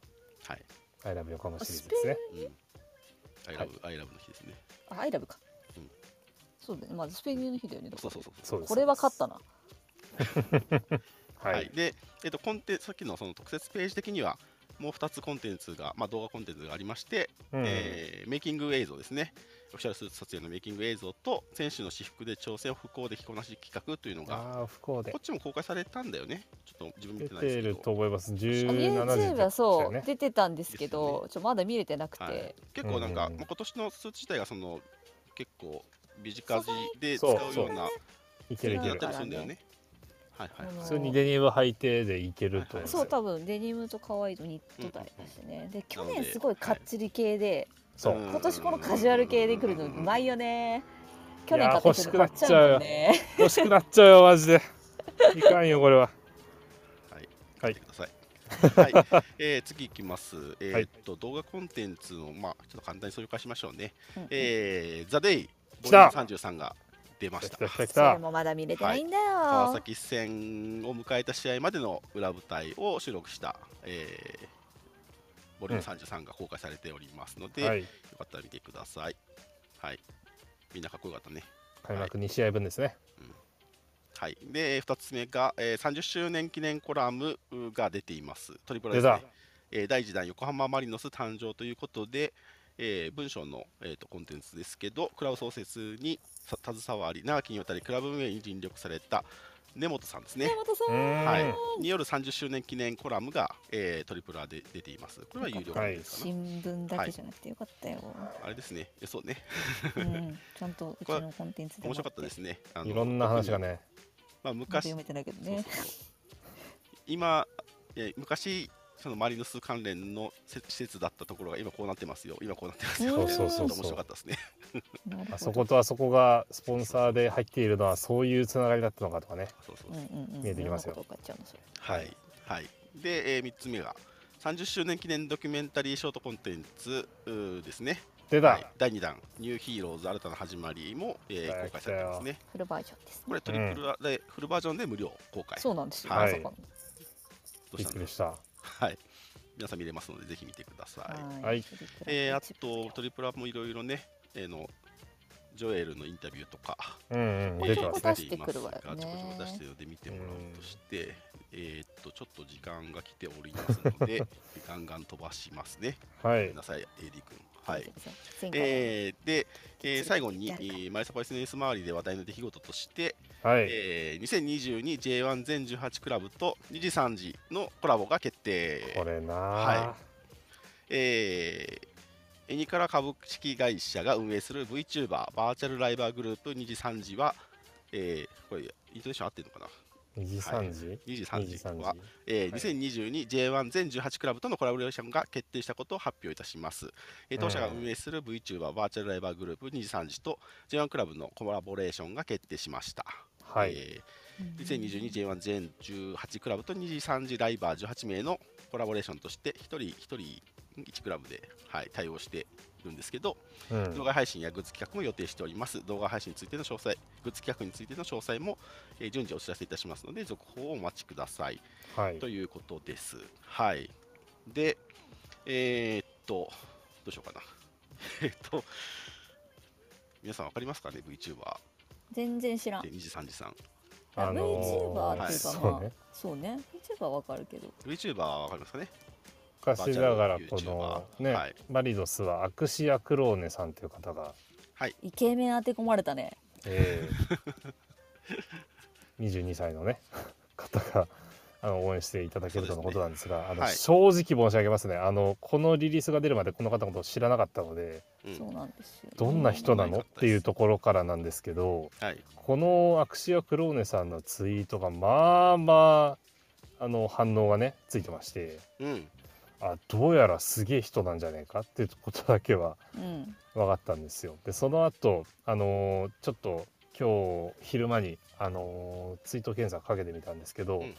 はい。
アイラブ横浜シリーズですね
うん。アイラブ、アイラブの日ですね。
あアイラブか、
うん
そうだねまずスペインの日だよねだか
そう
ら
そうそう
そうです
これは勝ったな
はい、
はい、で、えっとコンテさっきのその特設ページ的には、もう2つコンテンツが、まあ、動画コンテンツがありまして、
うん
えーメイキング映像ですね、オフィシャルスーツ撮影のメイキング映像と、選手の私服で調整を不幸で着こなし企画というのが、
ああ不幸で
こっちも公開されたんだよね、ちょっと自分見
出
てないです
て
けど。
ると思います
あ
17時
YouTube はそう、
ね
出てたんですけ
ですよ
どちょまだ見れてなくて、
はい、結構なんか、
うん
まあ、今年のスーツ自体がその結構、ビジカジで使
そうう
ような、
いけるい
や
け
っ
る
たりするんだよね。はいはい、
あ
普
の
通にデニム履いてでいけると思います
そう
よ
多分デニムと可愛いとニットタイだしね、で去
なの
年
です
ごいかっちり系で、
そう
うん
今年このカジュアル系で来るのうまいよね去年買ってきたの買っちゃうもんね
欲しくなっちゃうよマジでいかんよこれはは
はいい、ください。 はい、えー次いきます。えーっと、動画コンテンツの、まあ、ちょっと簡単に紹介しましょうね。
うんうん
えー、ザデイ、
来
ボリ
た
ューム33が出ま
来
したた
来。た来
それ
た
もまだ見れてないんだよ、
川崎戦を迎えた試合までの裏舞台を収録した、えーボリューム33が公開されておりますので、
は
よ
い
かったら見てください。はい、みんなかっこよかったね。
開幕2試合分ですね
はい、で2つ目が、えー30周年記念コラムが出ています。トリプル
出
ですね
た
えー第1弾横浜マリノス誕生ということで、えー文章の、えーとコンテンツですけどクラブ創設にさ携わり長きにわたりクラブ運営に尽力された根本さんですね
根。本さ
うんーん
はい、による30周年記念コラムが、えートリプル A で出ています。これは有料コンテンツかな、
新聞だけじゃなくてよかったよ、
あれですね。えそうね。
うん、ちゃんとうちのコンテンツで
面
もあ
白かったですね。あの
いろんな話が。ね
まあ
まだ
昔
読めてないけど
そう
ね
そうそう今、えー昔そのマリノス関連の施施設だったところが今こうなってますよ今こうなってますよ
そう
みたい
そう
な
そう
面白かったですね
なるほど
あそことあそこがスポンサーで入っているのはそういうつながりだったのかとかね
そうそう
うんうんうん
見えてきますよ
いろんなことを買っちゃうのそれ
はい、はい、で、え3つ目が30周年記念ドキュメンタリーショートコンテンツうーですね、
出
は
た
い、第2弾「ニューヒーローズ新たな始まりも」えー
はい
公開されてますね
フルバージョンです
こ
ね
れトリプル、でフルバージョンで無料公開
そうなんですよ、
はい
まさかの
どう
び
し
ったく
んだ
りした
はい皆さん見れますのでぜひ見てください、
はい
えーあとトリプルもいろいろね、えーのジョエルのインタビューとか
うんうん
こ
出
れ
て
結
ま
構
すね
出してくるわよね
ちょこちょこ出してるので見てもらおうとして、えーっと、ちょっと時間が来ております ので、ガンガン飛ばしますね。
は
ごめ
い
んなさい、AD 君。はい。
前回
えーで、えー最後に、
や
え
るか
ーマイサパイスネス周りで話題の出来事として、
はい
えー 2022J1 全18クラブと2時3時のコラボが決
こ
定。
れな
はえーエニカラ株式会社が運営する VTuber バーチャルライバーグループ2時3時は、えーこれ、イントネーション合ってるのかな
2時3時
2時
2
3
時
時
3
は
時、
えー
はい
2022 J1 全18クラブとのコラボレーションが決定したことを発表いたします、えー当社が運営する VTuber バーチャルライバーグループ2時3時と J1 クラブのコラボレーションが決定しました、
はい
え
うん
ー 2022J1 全18クラブと2時3時ライバー18名のコラボレーションとして1人1人1クラブで、はい、対応しているんですけど、
うん
動画配信やグッズ企画も予定しております動画配信についての詳細グッズ企画についての詳細も、えー順次お知らせいたしますので続報をお待ちください
はい
ということです。はい。で、えーっと、どうしようかな。 えーっと、皆さんわかりますかね、VTuber
全然知らん
で2時3時さん。
あのー
VTuber っていうかまあ、
そうね
そうね VTuber わかるけど
VTuber はわかりますかね
昔だからこの
バーチャル YouTuber
ね、
はい
マリノスはアクシアクローネさんという方が、
イケメン当て込まれたね
えー 22歳のね方があの応援していただけるとのことなんですがあの、
はい
正直申し上げますねあのこのリリースが出るまでこの方のことを知らなかったので
う。
そうんなんですよ
どんな人なの
うん
っていうところからなんですけど
はい。
このアクシアクローネさんのツイートがまあまああの反応がねついてまして
うん。
あどうやらすげえ人なんじゃねえかっていうことだけは
うん
分かったんですよ。でその後あのーちょっと今日昼間に、あのー追悼検査かけてみたんですけど、
うんうん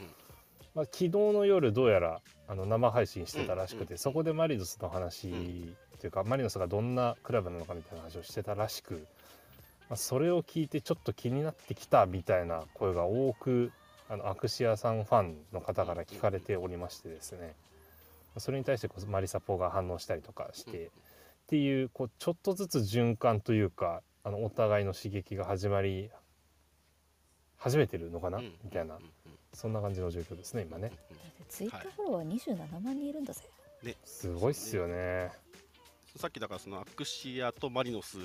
まあ、昨日の夜どうやらあの生配信してたらしくて、
うん
そこでマリノスの話
う
というか、マリノスがどんなクラブなのかみたいな話をしてたらしく、まあ、それを聞いてちょっと気になってきたみたいな声が多くあのアクシアさんファンの方から聞かれておりましてですねそれに対してこうマリサポが反応したりとかして、
うん
っていうこうちょっとずつ循環というかあのお互いの刺激が始まり始めてるのかな、
うん
みたいな
うんうん
そんな感じの状況ですね今ね。
うんうん
ツイッターフォロワー27万人いるんだぜ、
すごいっすよね。
さっきだからそのアクシアとマリノスっ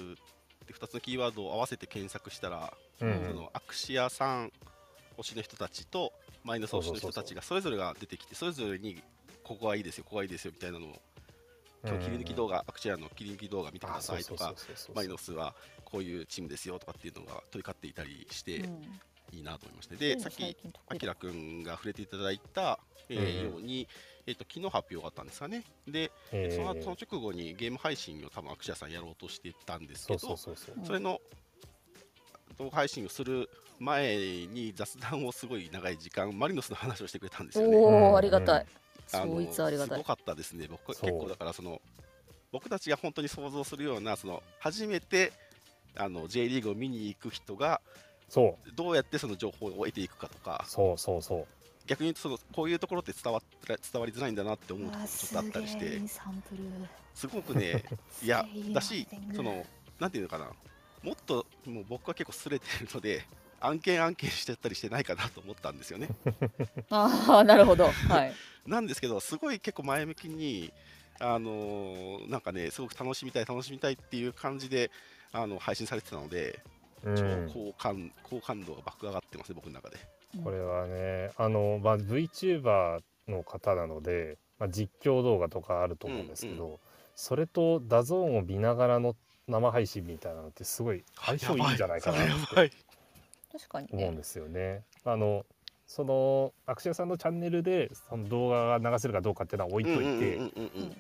て2つのキーワードを合わせて検索したら、
うん
そのアクシアさん推しの人たちとマリノス推しの人たちがそれぞれが出てきてそれぞれにここはいいですよここはいいですよみたいなのを今日切り抜き動画、アクシアの切り抜き動画見てくださいとかマリノスはこういうチームですよとかっていうのが取り勝っていたりして
うん
いいなと思いまして、
そういう
で
の
さっき
最近得
あ
意
き
だ
らくんが触れていただいた、えー
うんうん
ように、えっと昨日発表があったんですかねでその後その直後にゲーム配信を多分アクシアさんやろうとしてたんですけ
そう
ど
そう
そ
そうそう。
うん
れの動画配信をする前に雑談をすごい長い時間マリノスの話をしてくれたんですよね。
お
う
お
ん
ありがたい、
あ
そ
の
いつありがた
す
い
ごかったですね僕
そう
結構だからその僕たちが本当に想像するようなその初めてあの J リーグを見に行く人が
そう
どうやってその情報を得ていくかとか
そうそうそう。
逆に言うとそのこういうところって伝わってら伝わりづらいんだなって思うところもちょっとあったりし
わあす
て
げえサンプル
すごくねいや
すげえ
だし
マーケティング
そのなんていうのかなもっともう僕は結構すれてるので 案件案件してったりしてないかなと思ったんですよね。
ああなるほどはい
なんですけどすごい結構前向きにあのーなんかねすごく楽しみたい楽しみたいっていう感じであの配信されてたので
う
超
ん、
好感好感度が爆上がってますね僕の中で。
これはねあの、まあ、VTuber の方なので、まあ、実況動画とかあると思うんですけど、それとダゾーンを見ながらの生配信みたいなのってすごい相性いいんじゃないかな
やばい
確かに
思うん
ね
ですよね。あのそのアクシアさんのチャンネルでその動画が流せるかどうかっていうのは置いといて、
うんうんうんうんうん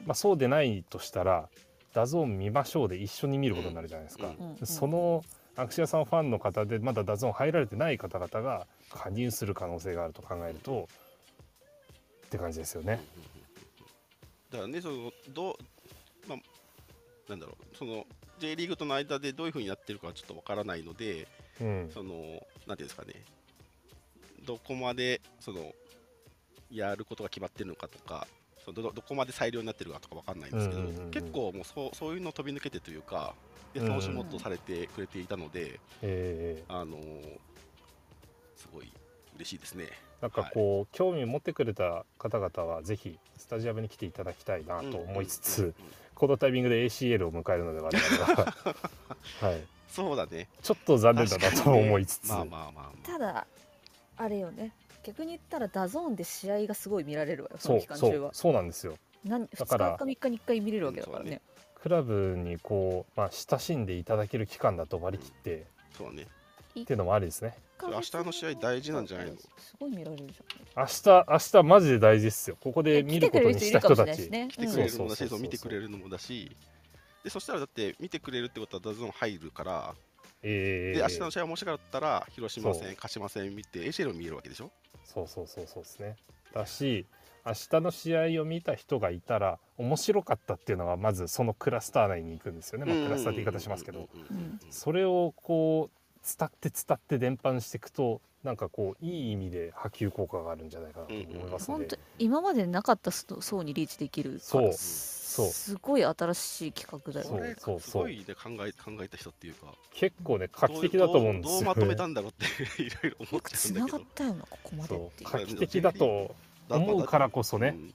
まあ、そうでないとしたらダゾーン見ましょうで一緒に見ることになるじゃないですか。
うん
うんうん
そのアクシアさんファンの方でまだダゾーン入られてない方々が加入する可能性があると考えるとって感じですよね。
だからねそのどうまあなんだろうその J リーグとの間でどういう風になってるかはちょっとわからないので
うん、
そのなんていうんですかねどこまでそのやることが決まってるのかとかそのどどこまで裁量になってるかとかわかんないんですけど、
うんうんうんうん
結構もうそうそういうの飛び抜けてというかで
うんうん
楽しもうとされてくれていたので、
えー
あのーすごい嬉しいですね。
なんかこう、興味を持ってくれた方々はぜひスタジアムに来ていただきたいな
うん
と思いつつ、
うんうんうん
このタイミングで ACL を迎えるので我々は、 はい、
そうだね。
ちょっと残念だなと思いつつ、
まあまあまあ、まあ、
ただあれよね逆に言ったらダゾーンで試合がすごい見られるわよそ
そ
の
う
期間
そ
中
う
は
そうなんですよ
なん
だ
2
か
日
ら
か3日に1回見れるわけだからね
クラブにこう、まあ、親しんでいただける期間だと割り切って、
そうね。
っていうのもありですね
それ明日の試合大事なんじゃないの
すごい見られるじゃん
明日明日マジで大事っすよここで見ることにした人た
来てくれる人いるかもしれない
ち
しね
来てくれるのもだ
う
し、
ん
そう見てくれるのもだし、でそしたらだって見てくれるってことはダゾーン入るから、
ええ
で明日の試合もしかったら広島
そう
戦、鹿島戦見て、エシェルも見えるわけでしょ。
そうそうそうそうですねだし明日の試合を見た人がいたら面白かったっていうのはまずそのクラスター内に行くんですよね、まあ、クラスターって言い方しますけど、
うんうんうんうんうん。
それをこう伝って伝って伝播していくとなんかこういい意味で波及効果があるんじゃないかなと思いますの
本
で、
当今までなかった層層にリーチできるか
そう
ら
そう
すごい新しい企画だよ
そう
こ
ね
れ
そう
すごいね考え考えた人っていうか、
結構ね画期的だと思うんですよ、
どう
ね、
まとめたんだろうっていろいろ思っ
よ
ち
く
ゃ
つ
うんだ
な
け
がっ
ど。
たよなここまでっていう
そう画期的だと思うからこそね、
うん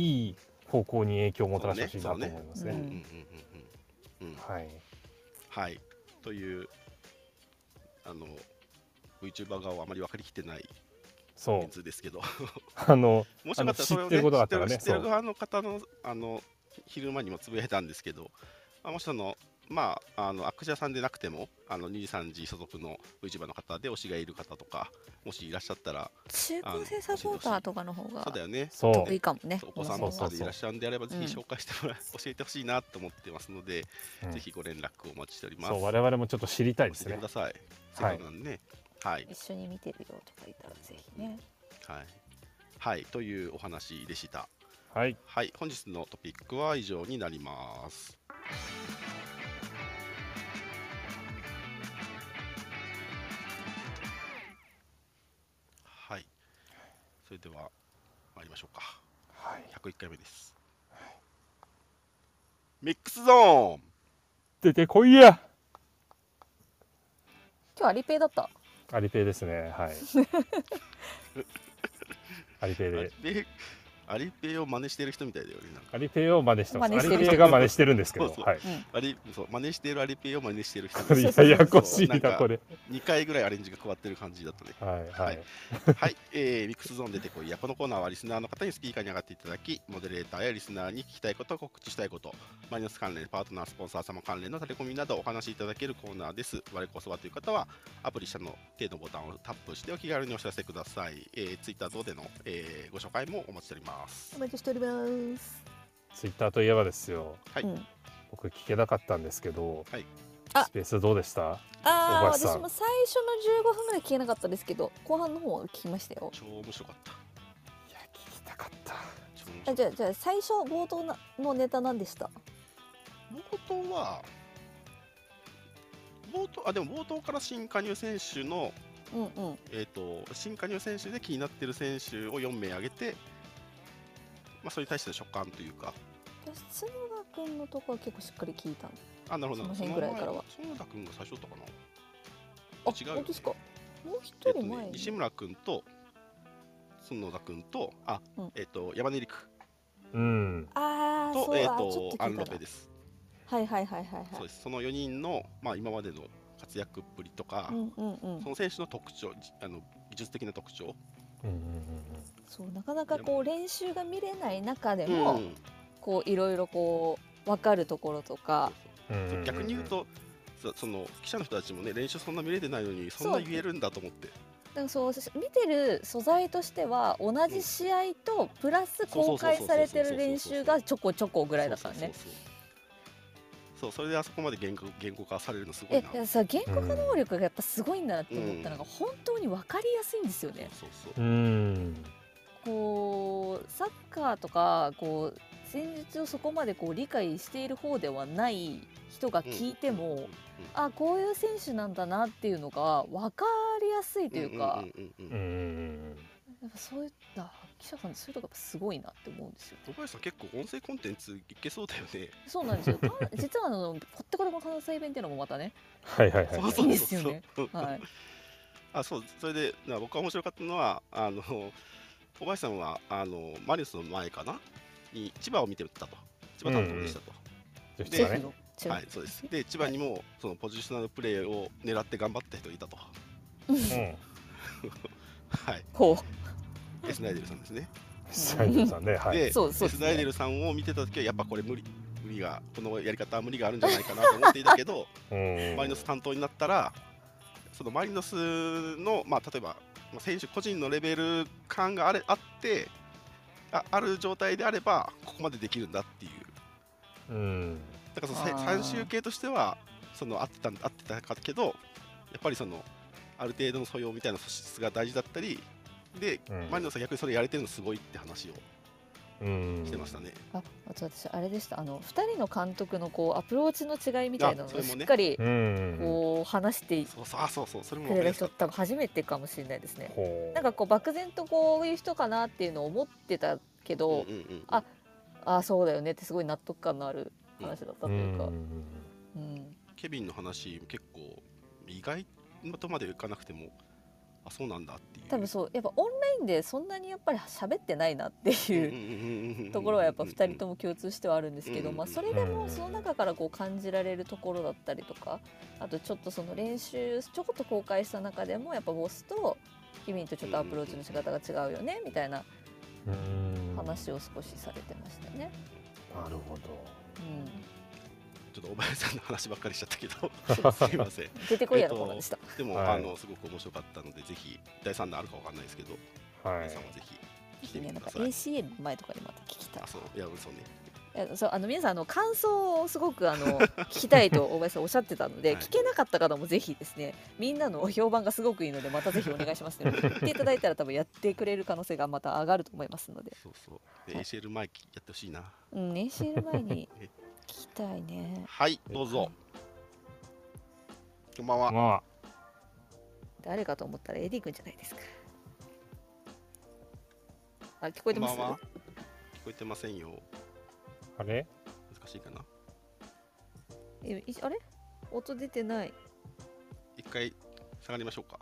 いい方向に影響をもたらしてほしいなと思いますね
そうねそうね
うんうんうんうんうん
はい
はい。というあの VTuber 側はあまり分かりきってない
そ
人
う
数ですけど。
あの
もしよかったらそれ
あ
を、
の知ってる
ね、
ことがあ
知
って
っ
たら
る
ね
知ってる
そう
側の方のあの昼間にもつぶやいたんですけど、あもしその、まあ、あのアクシアさんでなくても、あの2時、3時所属の VTuber の方で推しがいる方とか、もしいらっしゃったら、
中高生サポーターとかの方が
そうだよね、
そう
いいかもね
そうお子さんと
そうそう
か
そ
で
う
いらっしゃるんであれば、ぜひ
うん
紹介してもらえ、教えてほしいなと思ってますので、
うん
ぜひご連絡をお待ちしております。
そう我々もちょっと知りたいです
教えて
ね
くだ
は
さい。
い
せっかくなんでね。はい。
一緒に見てるよとかいたらぜひね
はい。はい、というお話でした。
はい。
はい、本日のトピックは以上になります。はい、それでは参りましょうか。
はい。
101回目です。ミックスゾーン
出てこいや。
今日アリペイだった
アリペイですね。はい。アリペイ
アリ
で。
ペイアリペイを真似してる人みたいだよね。なんか
アリペイを真似してます。
真似
ア
してる
リペイが真似してるんですけど。
そうそう
はい。
アリそう真似してるアリペイを真似してる人
これや やこしい
そうなん
な
か
これ。
2回ぐらいアレンジが加わってる感じだったね。
はいはい。
はい、えー、ミックスゾーン出てこいやこのコーナーはリスナーの方にスピーカーに上がっていただきモデレーターやリスナーに聞きたいこと告知したいことマイナス関連パートナースポンサー様関連のタレコミなどお話しいただけるコーナーです我こそはという方はアプリ下の手のボタンをタップしてお気軽にお知らせください、えー、Twitter 等での、えーご紹介もお待ちしております
お待ちしております
ツイッターといえばですよ。
はい
うん
僕聞けなかったんですけど。
はい
あ
スペースどうでした？
ああ
おば
私
さん
も最初の15分ぐらい聞けなかったですけど後半の方は聞きましたよ
超面白かった
いや聞きたかった。
超面
あ
白
じ
か
ゃ
っ
あじゃあ最初冒頭なのネタ何でした
た冒頭は冒頭あでも冒頭から新加入選手の
うんうん
えー、と新加入選手で気になってる選手を4名挙げて、まあ、それに対しての所感というか、
私角田君のとこは結構しっかり聞いたの
あなるほど
その辺ぐらいからは。
その前園田君が最初だったかな。
あ
違うよね
本当ですかもう一
えっと
人前
ね、
に
西村君と角田君と、あ、
うん
えっ、と、山根陸
うん。
ああ
と、
そう
えっ、
だちょ
と
っと、聞
アン
いた
ロ
な
ペです。
はいはいはいはい
そう
はい
です。その4人の、まあ、今までの活躍っぷりとか、
うんうんうん
その選手の特徴、じあの技術的な特徴、
うんうんうん
そうなかなかこう練習が見れない中で
うん
も、こういろいろこう分かるところとか
うんうんうんうん。
逆に言うと、そその記者の人たちもね、練習そんな見れてないのに、そん
そ
な
う
言えるんだと思って。
なんかそう見てる素材としては同じ試合とプラス公開されてる練習がちょこちょこぐらいだからね。
そうそうそうそうそれであそこまで言語言語化されるのすごい
え
な。
いやさ言語化能力がやっぱすごいなって思ったのが
うん
本当に分かりやすいんですよね。
そうそう
う。
そうん
こうサッカーとかこう戦術をそこまでこう理解している方ではない人が聞いても、
うんうん
あこういう選手なんだなっていうのが分かりやすいというか、
んんう
う
んうん
んうんうん
やっぱそういった記者さんってそういうとこやっぱすごいなって思うんですよ。
小林さん結構音声コンテンツいけそうだよね。
そうなんですよ。かん実はあのポッテコの関西弁っていうのもまたね、
はいはいはいはい。
いいですよね。
そう
はい、
あそうそれでな僕が面白かったのはあの小林さんはあのマリウスの前かなに千葉を見てたと千葉担当でしたと。
女子
シ
で
ェ
が
フ
ね。
の違う、
はいそうです。で千葉にもそのポジショナルプレーを狙って頑張った人いたと。
うん。
はい。
こ
エスナイデルさんですね。
シャイニーさんね。はい。
で、
う、そうそう
エ
で
ス
す
ナイデ
ね。
ルさんを見てた時はやっぱこれ無理無理がこのやり方は無理があるんじゃないかなと思っていたけど
うん
マリノス担当になったらそのマリノスの、まあ、例えばまあ選手個人のレベル感があれあってあある状態であればここまでできるんだっていう
うん。
だからその
あー
三周系としてはその合ってたん合ってたかけどやっぱりそのある程度の素養みたいな素質が大事だったりで、
うん
マリノスは逆にそれやれてるのすごいって話を
うん。
してましたね。
あ、あと私あれでした。あの二人の監督のこうアプローチの違いみたいな
あ
のを
それも
し
ね
っかり
うん。
こう話して
そうそうあそうそうそれも
くれる人
ね
多分初めてかもしれないですね。
ほう
なんかこう漠然とこういう人かなっていうのを思ってたけ
うん
ど、
うんうん
ああそうだよねってすごい納得感のある話だったというか、
ん
うん
ケビンの話結構意外とまでいかなくてもあそうなんだっていう
多分そうやっぱオンラインでそんなにやっぱり喋ってないなっていう
う
ところはやっぱ2人と
も
も共通してはあるんですけど、
うん
まあ、それでもその中からこう感じられるところだったりとかあとちょっとその練習ちょこっと公開した中でもやっぱボスと君とちょっとアプローチの仕方が違うよねみたいな
うんうん
話を少しされてましたね。
なるほど
うん、
ちょっとおばあさんの話ばっかりしちゃったけ どすいません
出てこいやの
えっ
コ
と
ーナーでした。
でも、
はい
あのすごく面白かったのでぜひ第3弾あるかわかんないですけど、
は
第
い
3弾はぜひ来て
いい
み
ね
て
なん
く
か
ださい
ACL の前とかでまた聞きたい
あ。そういやそうね
やそうあの皆さんあの感想をすごくあの聞きたいと大林さんおっしゃってたので、
はい
聞けなかった方もぜひですねみんなの評判がすごくいいのでまたぜひお願いしますね言っていただいたら多分やってくれる可能性がまた上がると思いますので、
そうそう。で、
はい
ACL マイクやってほしいな。
うん、練習の前に聞きたいね
はい、どうぞ。こんばんは。
まあ
誰かと思ったらエディ君じゃないですかあ聞こえてます
こんばんは。聞こえてませんよ。
あれ
難しいかな。
えいあれ音出てない
一回下がりましょうか。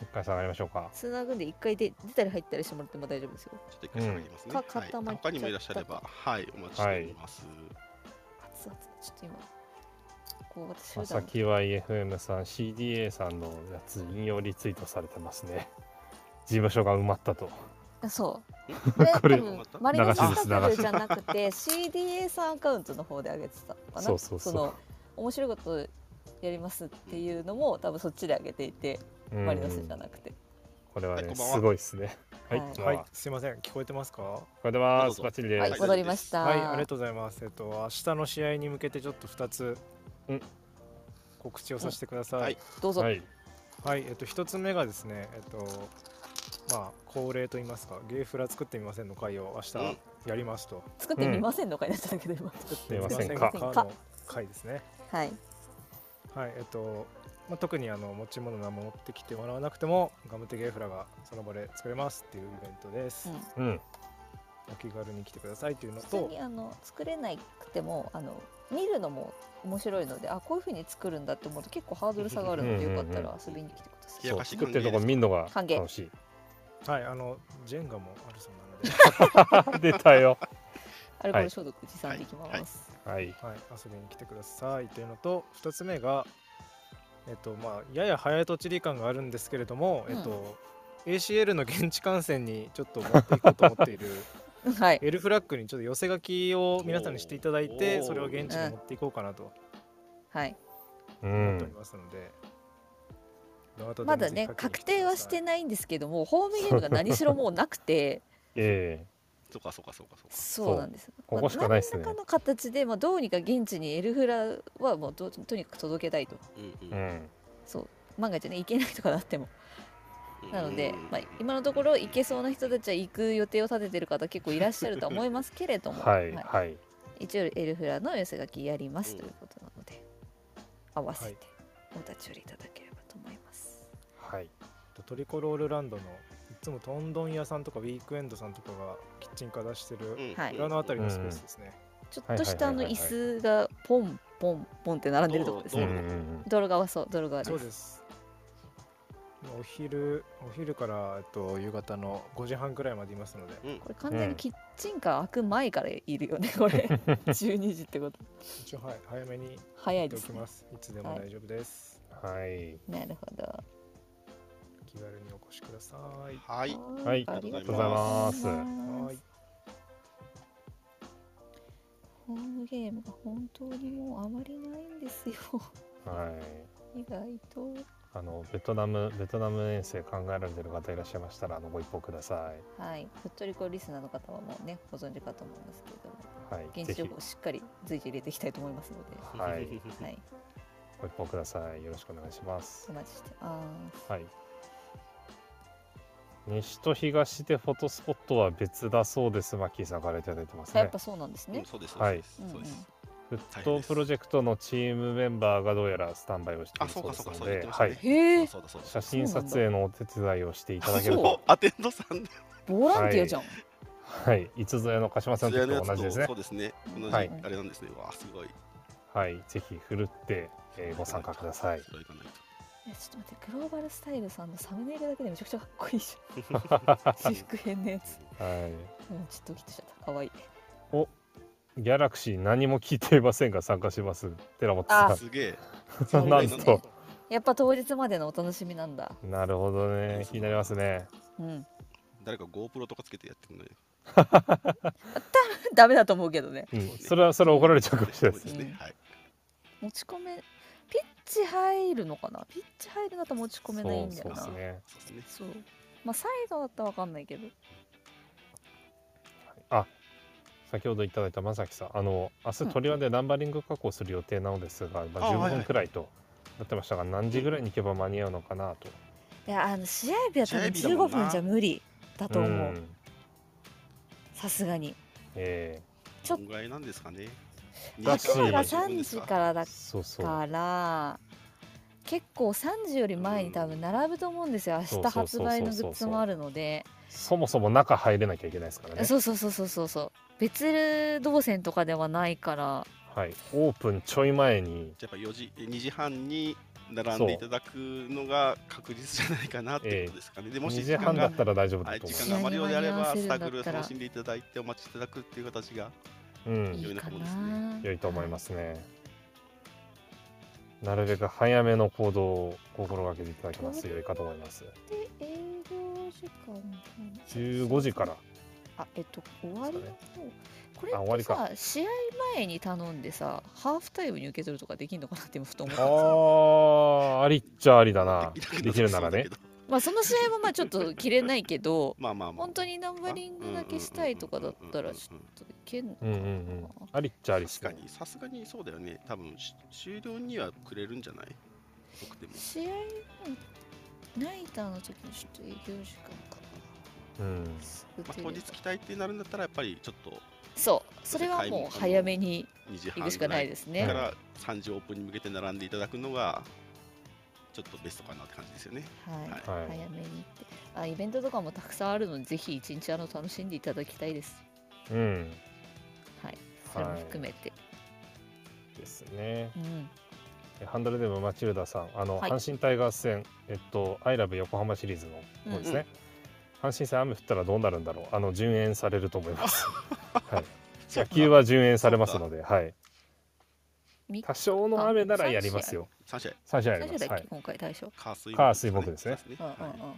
一回下がりましょうか
つなぐんで一回で出たり入ったりしてもらっても大丈夫ですよ
ちょっと一回下がりますね。
か
はい
固まっちゃった
他にもいらっしゃれば、はい、お待ちしております。
熱々ちょっと今こう私
ま
普
さ
段
きは EFM さん CDA さんのやつ引用リツイートされてますね事務所が埋まったと
あそう
こ
これ
これ
多分マリノス
流しです
スタッ
流
フ
し
じゃなくて CDA さんアカウントの方で上げてたのかな
そうそうそう
の面白いことやりますっていうのも多分そっちで上げていて、
うん
マリノスじゃなくて
これは
は
ね
いこんばんは
すごいですね
はい
こんばん
はい、すいません、聞こえてますか。は
これでは
どう
ス
ぞ
パッチリで
は
す、
い
はい
戻りました
あ
い、ありがとうございます。えっと、明日の試合に向けて、ちょっと二つ
うん。
告知をさせてくださ
うん
い。は
はいい、
どうぞ、
はい
えっと、一つ目がですね、えっと。まあ、恒例と言いますか、ゲーフラ作ってみませんの会を明日やりますと。
作ってみませんのかになっちゃったけど今、
作って
みませんか
の会ですね。
はい
はい、えっと。まあ、特にあの持ち物なもの持ってきてもらわなくてもガムテゲーフラがその場で作れますっていうイベントです、
うん
うん
お気軽に来てくださいっていうの
普通
と
にあの作れなくてもあの見るのも面白いのであこういう風に作るんだって思うと結構ハードル下があるので
うん
よ
うんうん
かったら遊びに来てください。
冷や
そ
か
う
し
作ってるとこ見るのが
歓迎
楽しい
はいあのジェンガもあるそうなので
出たよ
アルコール消毒持参できます。
はい
はい、遊びに来てくださいというのと2つ目が、えっとまあ、やや早とちり感があるんですけれども、
うん
えっと、ACL の現地観戦にちょっと持っていこうと思ってい る
はい。
エルフラッグにちょっと寄せ書きを皆さんにしていただいて
おー
それを現地に持っていこうかなと
はい。
う
思っており
ん
ますので、どなたでも
まだ
ぜ
ね
ひ書きに
確
来ください
定はしてないんですけどもホームゲームが何しろもうなく て
ええ
そうかそうかそうかそうか。
そうなんです。
ここしかないですね
まあ何らかの形でまあどうにか現地にエルフラはもうどとにかく届けたいと。
うん
う
うん
ん
そう万が一ね行けないとかなっても
うん
なので
うん、
まあ、今のところ行けそうな人たちは行く予定を立ててる方結構いらっしゃるとは思いますけれども、
はいはい
一応エルフラの寄せ書きやりますということなので、合わせてお立ち寄りいただければと思います。
はい
トリコロールランドのいつもトンドン屋さんとかウィークエンドさんとかがキッチンカー出して
う
る
ん
はい
裏のあたりのスペースですね、
ちょっとしたあの
はいは
椅
いはいはい
子がポンポンポンって並んでるところです
うんう
ね。
んうん
泥側そう泥側で
そう
す。
です。お昼、お昼から、えっと、夕方の5時半くらいまでいますので、
うん
これ完全にキッチンカー開く前からいるよね これ12時ってこと
一応、はい、早めに
早
言
い
っ
で
てお
す
き
ね
ま。す。いつでも大丈夫です。
はい
なるほど。
気軽にお越しください。
はい。
はい
ありがとうございます。
ありがとうござい
はい、
ホームゲームが本当にもうあまりないんですよ。
はい
意外と。
あのベトナムベトナム遠征考えられてる方いらっしゃいましたらあのご一報くださ
はい、ふっとりこリスナーの方はもうねご存知かと思いますけれども
いはい
現
ぜ
地情
ひ
報をしっかり随時入れていきたいと思いますの
はい
で、はい、
ご一報くださいよろしくお願いします
お待ちしてます。
はい西と東でフォトスポットは別だそうですマッキーさんからいただいてます
やっ
ね
ぱそうなんです
う
ね
ん。そうです。
は
そう
い
です。そうです。
フットプロジェクトのチームメンバーがどうやらスタンバイをしてい
あ、
る
そ
そうう
か
で
そ
す
うか。
の
そう言
で
ってました
はい
ね。
へえ
あそうだそうだ。
写真撮影のお手伝いをしていただける
そ
と
う
アテンドさんだ。
ボランティアじゃん。
はいいつぞやの鹿島さんと同じですね
そうですね。同じ
は
あ
い
れなんですね。わあすごい。
はいぜひふるって、えーご参加ください
それは行かないと
えちょっと待ってグローバルスタイルさんのサムネイルだけでめちゃくちゃかっこいいじゃん。私服編のやつ。
はい
うん、ちょっとドキッとしちゃった。かわいい。
ギャラクシー何も聞いていませんが参加します。寺本
あ
さ
すげえ。
ん。なん
そうで
と。
やっぱ当日までのお楽しみなんだ。
なるほどね。気になりますね。
うん。
誰か GoPro とかつけてやってくんない。
ダメだと思うけどね。
うん。それはそれは怒られちゃうかもしれない
そ
で
う
す。
ですね。はい。
持ち込めピッチ入るのかな。ピッチ入るだと持ち込めないんだよな。
そうそうですね。
そうですね。
そう。まあサイドだったらわかんないけど。
あ、先ほどいただいたまさきさん、あの明日
うん
鳥羽でナンバリング加工する予定なのですが、まあ
あはい
15
は
分
い
くらいとなってましたが、何時ぐらいに行けば間に合うのかなと。
いやあの試合日は多分
試合日だも
15
んな
分じゃ無理だと思
う
うんさすがに
え
ちょっ
どんぐらいなんですかね。
だし
松村が
25分
3
です
時からだ
ーそうそう。
から結構3時より前に多分並ぶと思うんですよ
そ
明
う
日
そうそうそうそう
発売のグッズもあるので
そもそも中入れなきゃいけないですからね。
そうそうそうそうそうそう別動線とかではないから
はい。オープンちょい前に、
やっぱ4時2時半に並んでいただくのが確実じゃないかなってことですかね。でもし
2
時
時
間
半だ
が
ったら大丈夫
は
だ
い
と思
時間が余るようであれば
試合に間に合わせる
ス
んだ
タ
った
グ
ら
ル楽しんでいただいてお待ちいただくっていう形が
う。うん。
いいか
良い
な
なと思うん
良いと思いますね。なるべく早めの行動を心がけていただきますと良いかと思います。
で営業時間も
15時から。
あえっと終わりの
です
これ
あ終わ
って
りか
さ試合前に頼んでさハーフタイムに受け取るとかできるのかなって今ふと思った
あ
んですよ
ー、ありっちゃありだな。
できなく
できるならね
そうだ。けど
まあその試合はまあちょっと切れないけ ど
まあまあまあ
本当にナンバリングだけしたいとかだったらちょっといけんの
う
か
ん
な、
うんうん。ありっちゃありっ
確
す
か
ね。
にさすがにそうだよね多分し終了にはくれるんじゃない僕でも
試合のナイターの時のちょっと営業時間か
うん。
なすぐ
まあ、
出れ
当
ば
日期待ってなるんだったらやっぱりちょっと
そうそれはもう早めに
2時
行
半
くしか
ぐ
な
ら
い
い
です
う
ね
ん
か。ら3時オープンに向けて並んでいただくのがちょっとベストかなって感じですよね
はい、
はい
は
早
い。
めに行ってあイベントとかもたくさんあるのでぜひ一日あの楽しんでいただきたいです
うん。
はいそれも含
は
めて、
い。ですね。
うん
えハンドルネームマチルダさん、あの、
はい
阪神タイガース戦、えっと、アイラブ横浜シリーズの方ですね。阪神戦雨降ったらどうなるんだろう。あの順延されると思い ます。はい、野球は順延されますので、はい。
み
多少の雨ならやりますよ。
3試合
三試合あ
最
りま
初だ
す。
っけ、
はい。
今回大賞
カースイ
火水木ですね
うんうん
はい
うん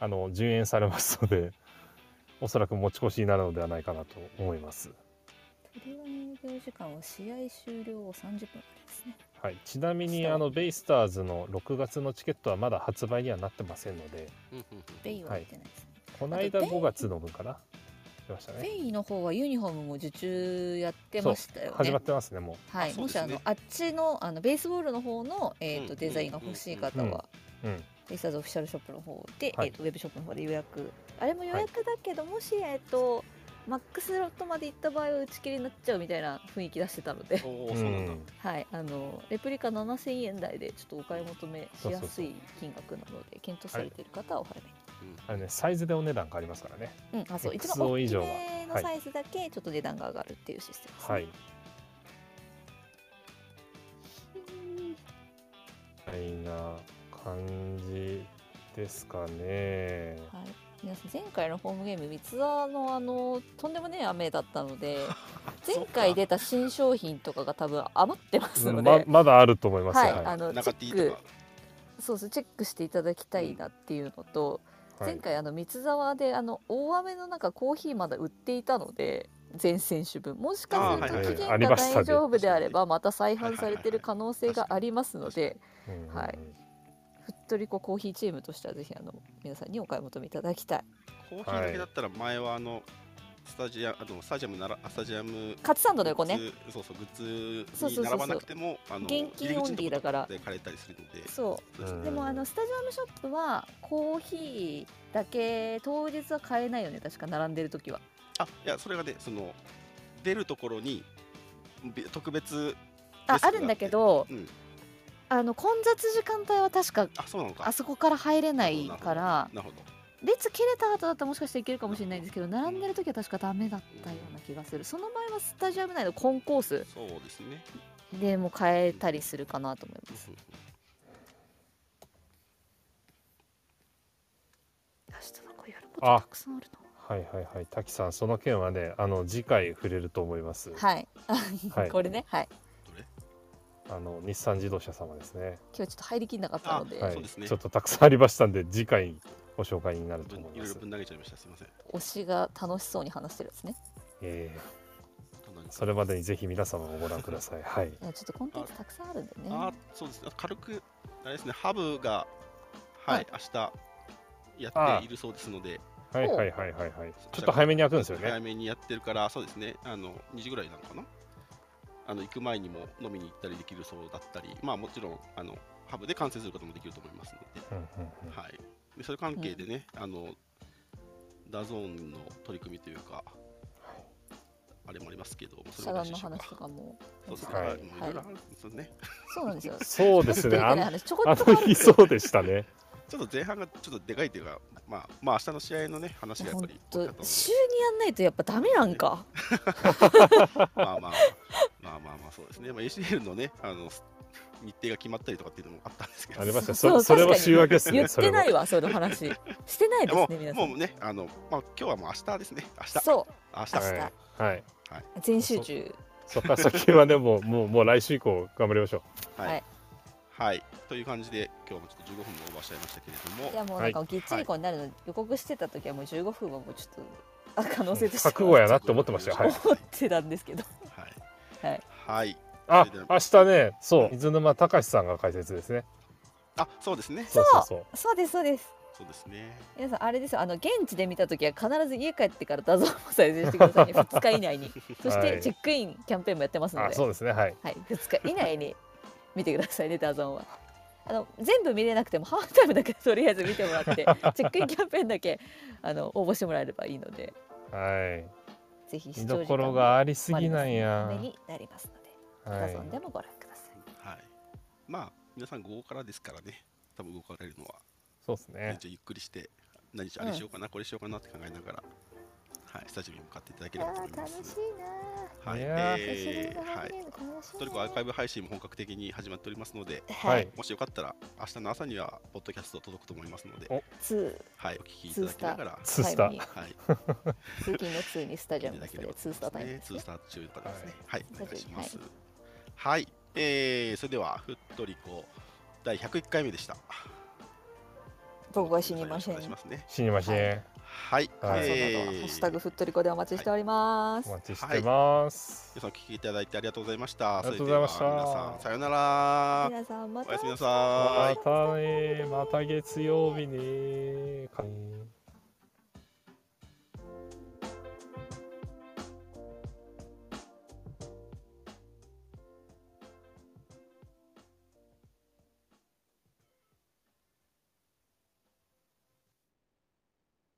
あの順延されますので、おそらく持ち越しになるのではないかなと思います。
鳥羽の営業時間は試合終了後30分までですね
はい。ちなみにあのベイスターズの6月のチケットはまだ発売にはなってませんので、
うんうんうん
ベイは見てないですね、
この間
あとベイ
5月の分かな。出ましたね。
ベイの方はユニフォームも受注やってましたよね
始まってますねも
はい、
あそう
も
で
し
すね
あのあっちのあのベースボールの方の、えー
うんうんうんう
と
ん
デザインが欲しい方は、
うんう。うん。
ベイスターズオフィシャルショップの方で、
はい
えー、とウェブショップの方で予約あれも予約だけど、もし、えー、とマックスロットまで行った場合は打ち切りになっちゃうみたいな雰囲気出してたので、
おおそうなんだ、
うん
はい、あのレプリカ7000円台でちょっとお買い求めしや
そう
す
そう
い金額なので検討されている方はお早めに、
あれねサイズでお値段変わりますからね。
うん、あそう一番
XO
大
以
き
上は
めの
はい
サイズだけちょっと値段が上がるっていうシステムです、ね
はい。みたいな感じですかね。
はい、皆さん前回のホームゲーム三ツ田のあのとんでもねえ雨だったの で前回出た新商品とかが多分余ってますので、
ままだあると思います
は
よ。
い、
はい
あのチ
中
ェ
T
ッ
と
ク
か
そうそうチェックしていただきたいなっていうのと、
はい
前回あの三ツ沢であの大雨の中コーヒーまだ売っていたので全選手分もしかす
あーはい
る
は
と
い
期限
あり
が
ました
大
ね
丈夫であればまた再販されてる可能性がありますので
うんうんうん
はいふっとりこコーヒーチームとしてはぜひあの皆さんにお買い求めいただきたい
コーヒーだけだったら前はあのスタジアムあのスタジアムならあスタジアム
カツサンドの横ね
グッズそうそうグッ
そう
ズ
そうそうそ
に
う
並ばなくてもあの
現金オンリーだから
入り口のところで買えたりするので
そう
ですね
うん
でもあのスタジアムショップはコーヒーだけ当日は買えないよね確か並んでる時は
あいやそれがねその出るところにべ特
あ
別デスクがあって
あるんだけど、
うん
あの混雑時間帯は確か
あそうなのか
あそこから入れないから
なるほど
列切れた後だったらもしかしていけるかもしれないんですけど並んでる時は確かダメだったような気がするその前はスタジアム内のコンコース
そうですね
でもう変えたりするかなと思います明日なんかやること
あ
たくさんあるな
はいはいはい。滝さんその件はねあの次回触れると思います。
はい、
はい
これねはい
どれ
あの日産自動車様ですね。
今日ちょっと入りきんなかったので、
あ
はい。
そうですね
ちょっとたくさんありましたんで次回ご紹介になると
ぶん
思い
い
ま
ろいろ
す。
ぶん投げちゃいましたすいません
推しが楽しそうに話してるやつね
え
なん
ー
か
それまでにぜひ皆様もご覧ください。はい。
いやちょっとコンテンツたくさんあるんでね
あそうですね軽くあれですねハブがは
はいい
明日やっているそうですので
はいはいはいはいはい。ちょっと早めに開くんですよね
早。めにやってるから、そうですね、あの2時ぐらいなのかなあの行く前にも飲みに行ったりできるそうだったり、まあもちろんあのハブで完成することもできると思いますので、
うんうんうん
はい、でそれ関係でね、あのダゾーンの取り組みというか、あれもありますけど、
シ
そ
ャ
れも
ガ
大
ン
事
の
でしょう
話と
か。
かも。
そうですね、
はい
はい、もういろいろあるんですよね。
そうなんですよ。
そうですね。
出て
あ
ない
の
話ちょこ
あ
っとあ
の
るん
日
ですよ
そうでしたね。
ちょっと前半がちょっとでかいというか、まあ、まあ明日の試合のね、話がやっ
本
ぱり多かったの
当
で
週にやんないとやっぱダメなんか。
まあまあ、まあまあまあ、そうですね。まあ、ACL のね、あの、す日程が決まったりとかっていうのもあったんですけど。
ありました。
そ
そうそれは
確かに
週明けです
言
ね。
っ
そ
て
れは
ないわその話。してないで
も
すね皆
う
さ
も
ん。
うね、あの、まあ、今日はもう明日ですね。明日。
そう
明日。
明
は
日
い。はい。
全集中。
そっから先はでもうもうもう来週以降頑張りましょ
は
はいい。
はい。という感じで、今日もちょっと15分もオーバーしちゃいましたけれど
い
も。
やもうなんかぎっちりこうになるの予告してた時はもう15分はもうちょっとあ可能性としては
覚悟やなって思ってましたよはい
思ってたんですけど。
はい。
はい。
はい。
う。あ明日ねそう水沼隆さんが解説ですね。
あ、そうですね。
そうそうそう。
そうですそうです。
そうですね。
皆さんあれですよあの現地で見た時は必ず家帰ってから画像も再生してくだ さいね2日以内にそし
は
て
い
チェックインキャンペーンもやってますの
あ
で、
そ
は
うですねはい。
い、2日以内に見てくださいね画像はあの全部見れなくてもハーフタイムだけとりあえず見てもらって チェックインキャンペーンだけあの応募してもらえればいいので
はい。
ぜひ視
見
聴
ど
時間
ころ
も
がありすぎなん
た
や
め。になりますので
は
画
い
像。でもご覧ください、
はい。まあ、皆さん午後からですからね。多分動かれるのは、
そうです
めっ
ね。
ちゃゆっくりして、何しあれしようかな、これしようかなって考えながら。はい、スタジオに向かっていただければと思います。
い
はい。
いやー
えーはい。
ーム楽し
トリコアーカイブ配信も本格的に始まっておりますので、
は
はいい。
もしよかったら明日の朝にはポッドキャスト届くと思いますので
お、
2
はい、お聞きいただきながら、
ツースター
タイムに
はい、
通勤の2にスタジアムですので
と
2スタータイム
ね
で。す
ツー
ね
スター中とかですね。はい、お
はい
願いします。はい、えー、それではフットリコ第101回目でした。
僕は死にません
お願いしますね。
死にましね。
はい、
はい
感想などは
えー
ハッシュタグフットリコでお待ちしております。
お待ちしてます
皆。さんお聞きいただいてありがとうございました。
ありがとうございました
それでは皆さんさようなら。
皆さんま
お
た
やすみな
ま
さい。
たねまた月曜日に。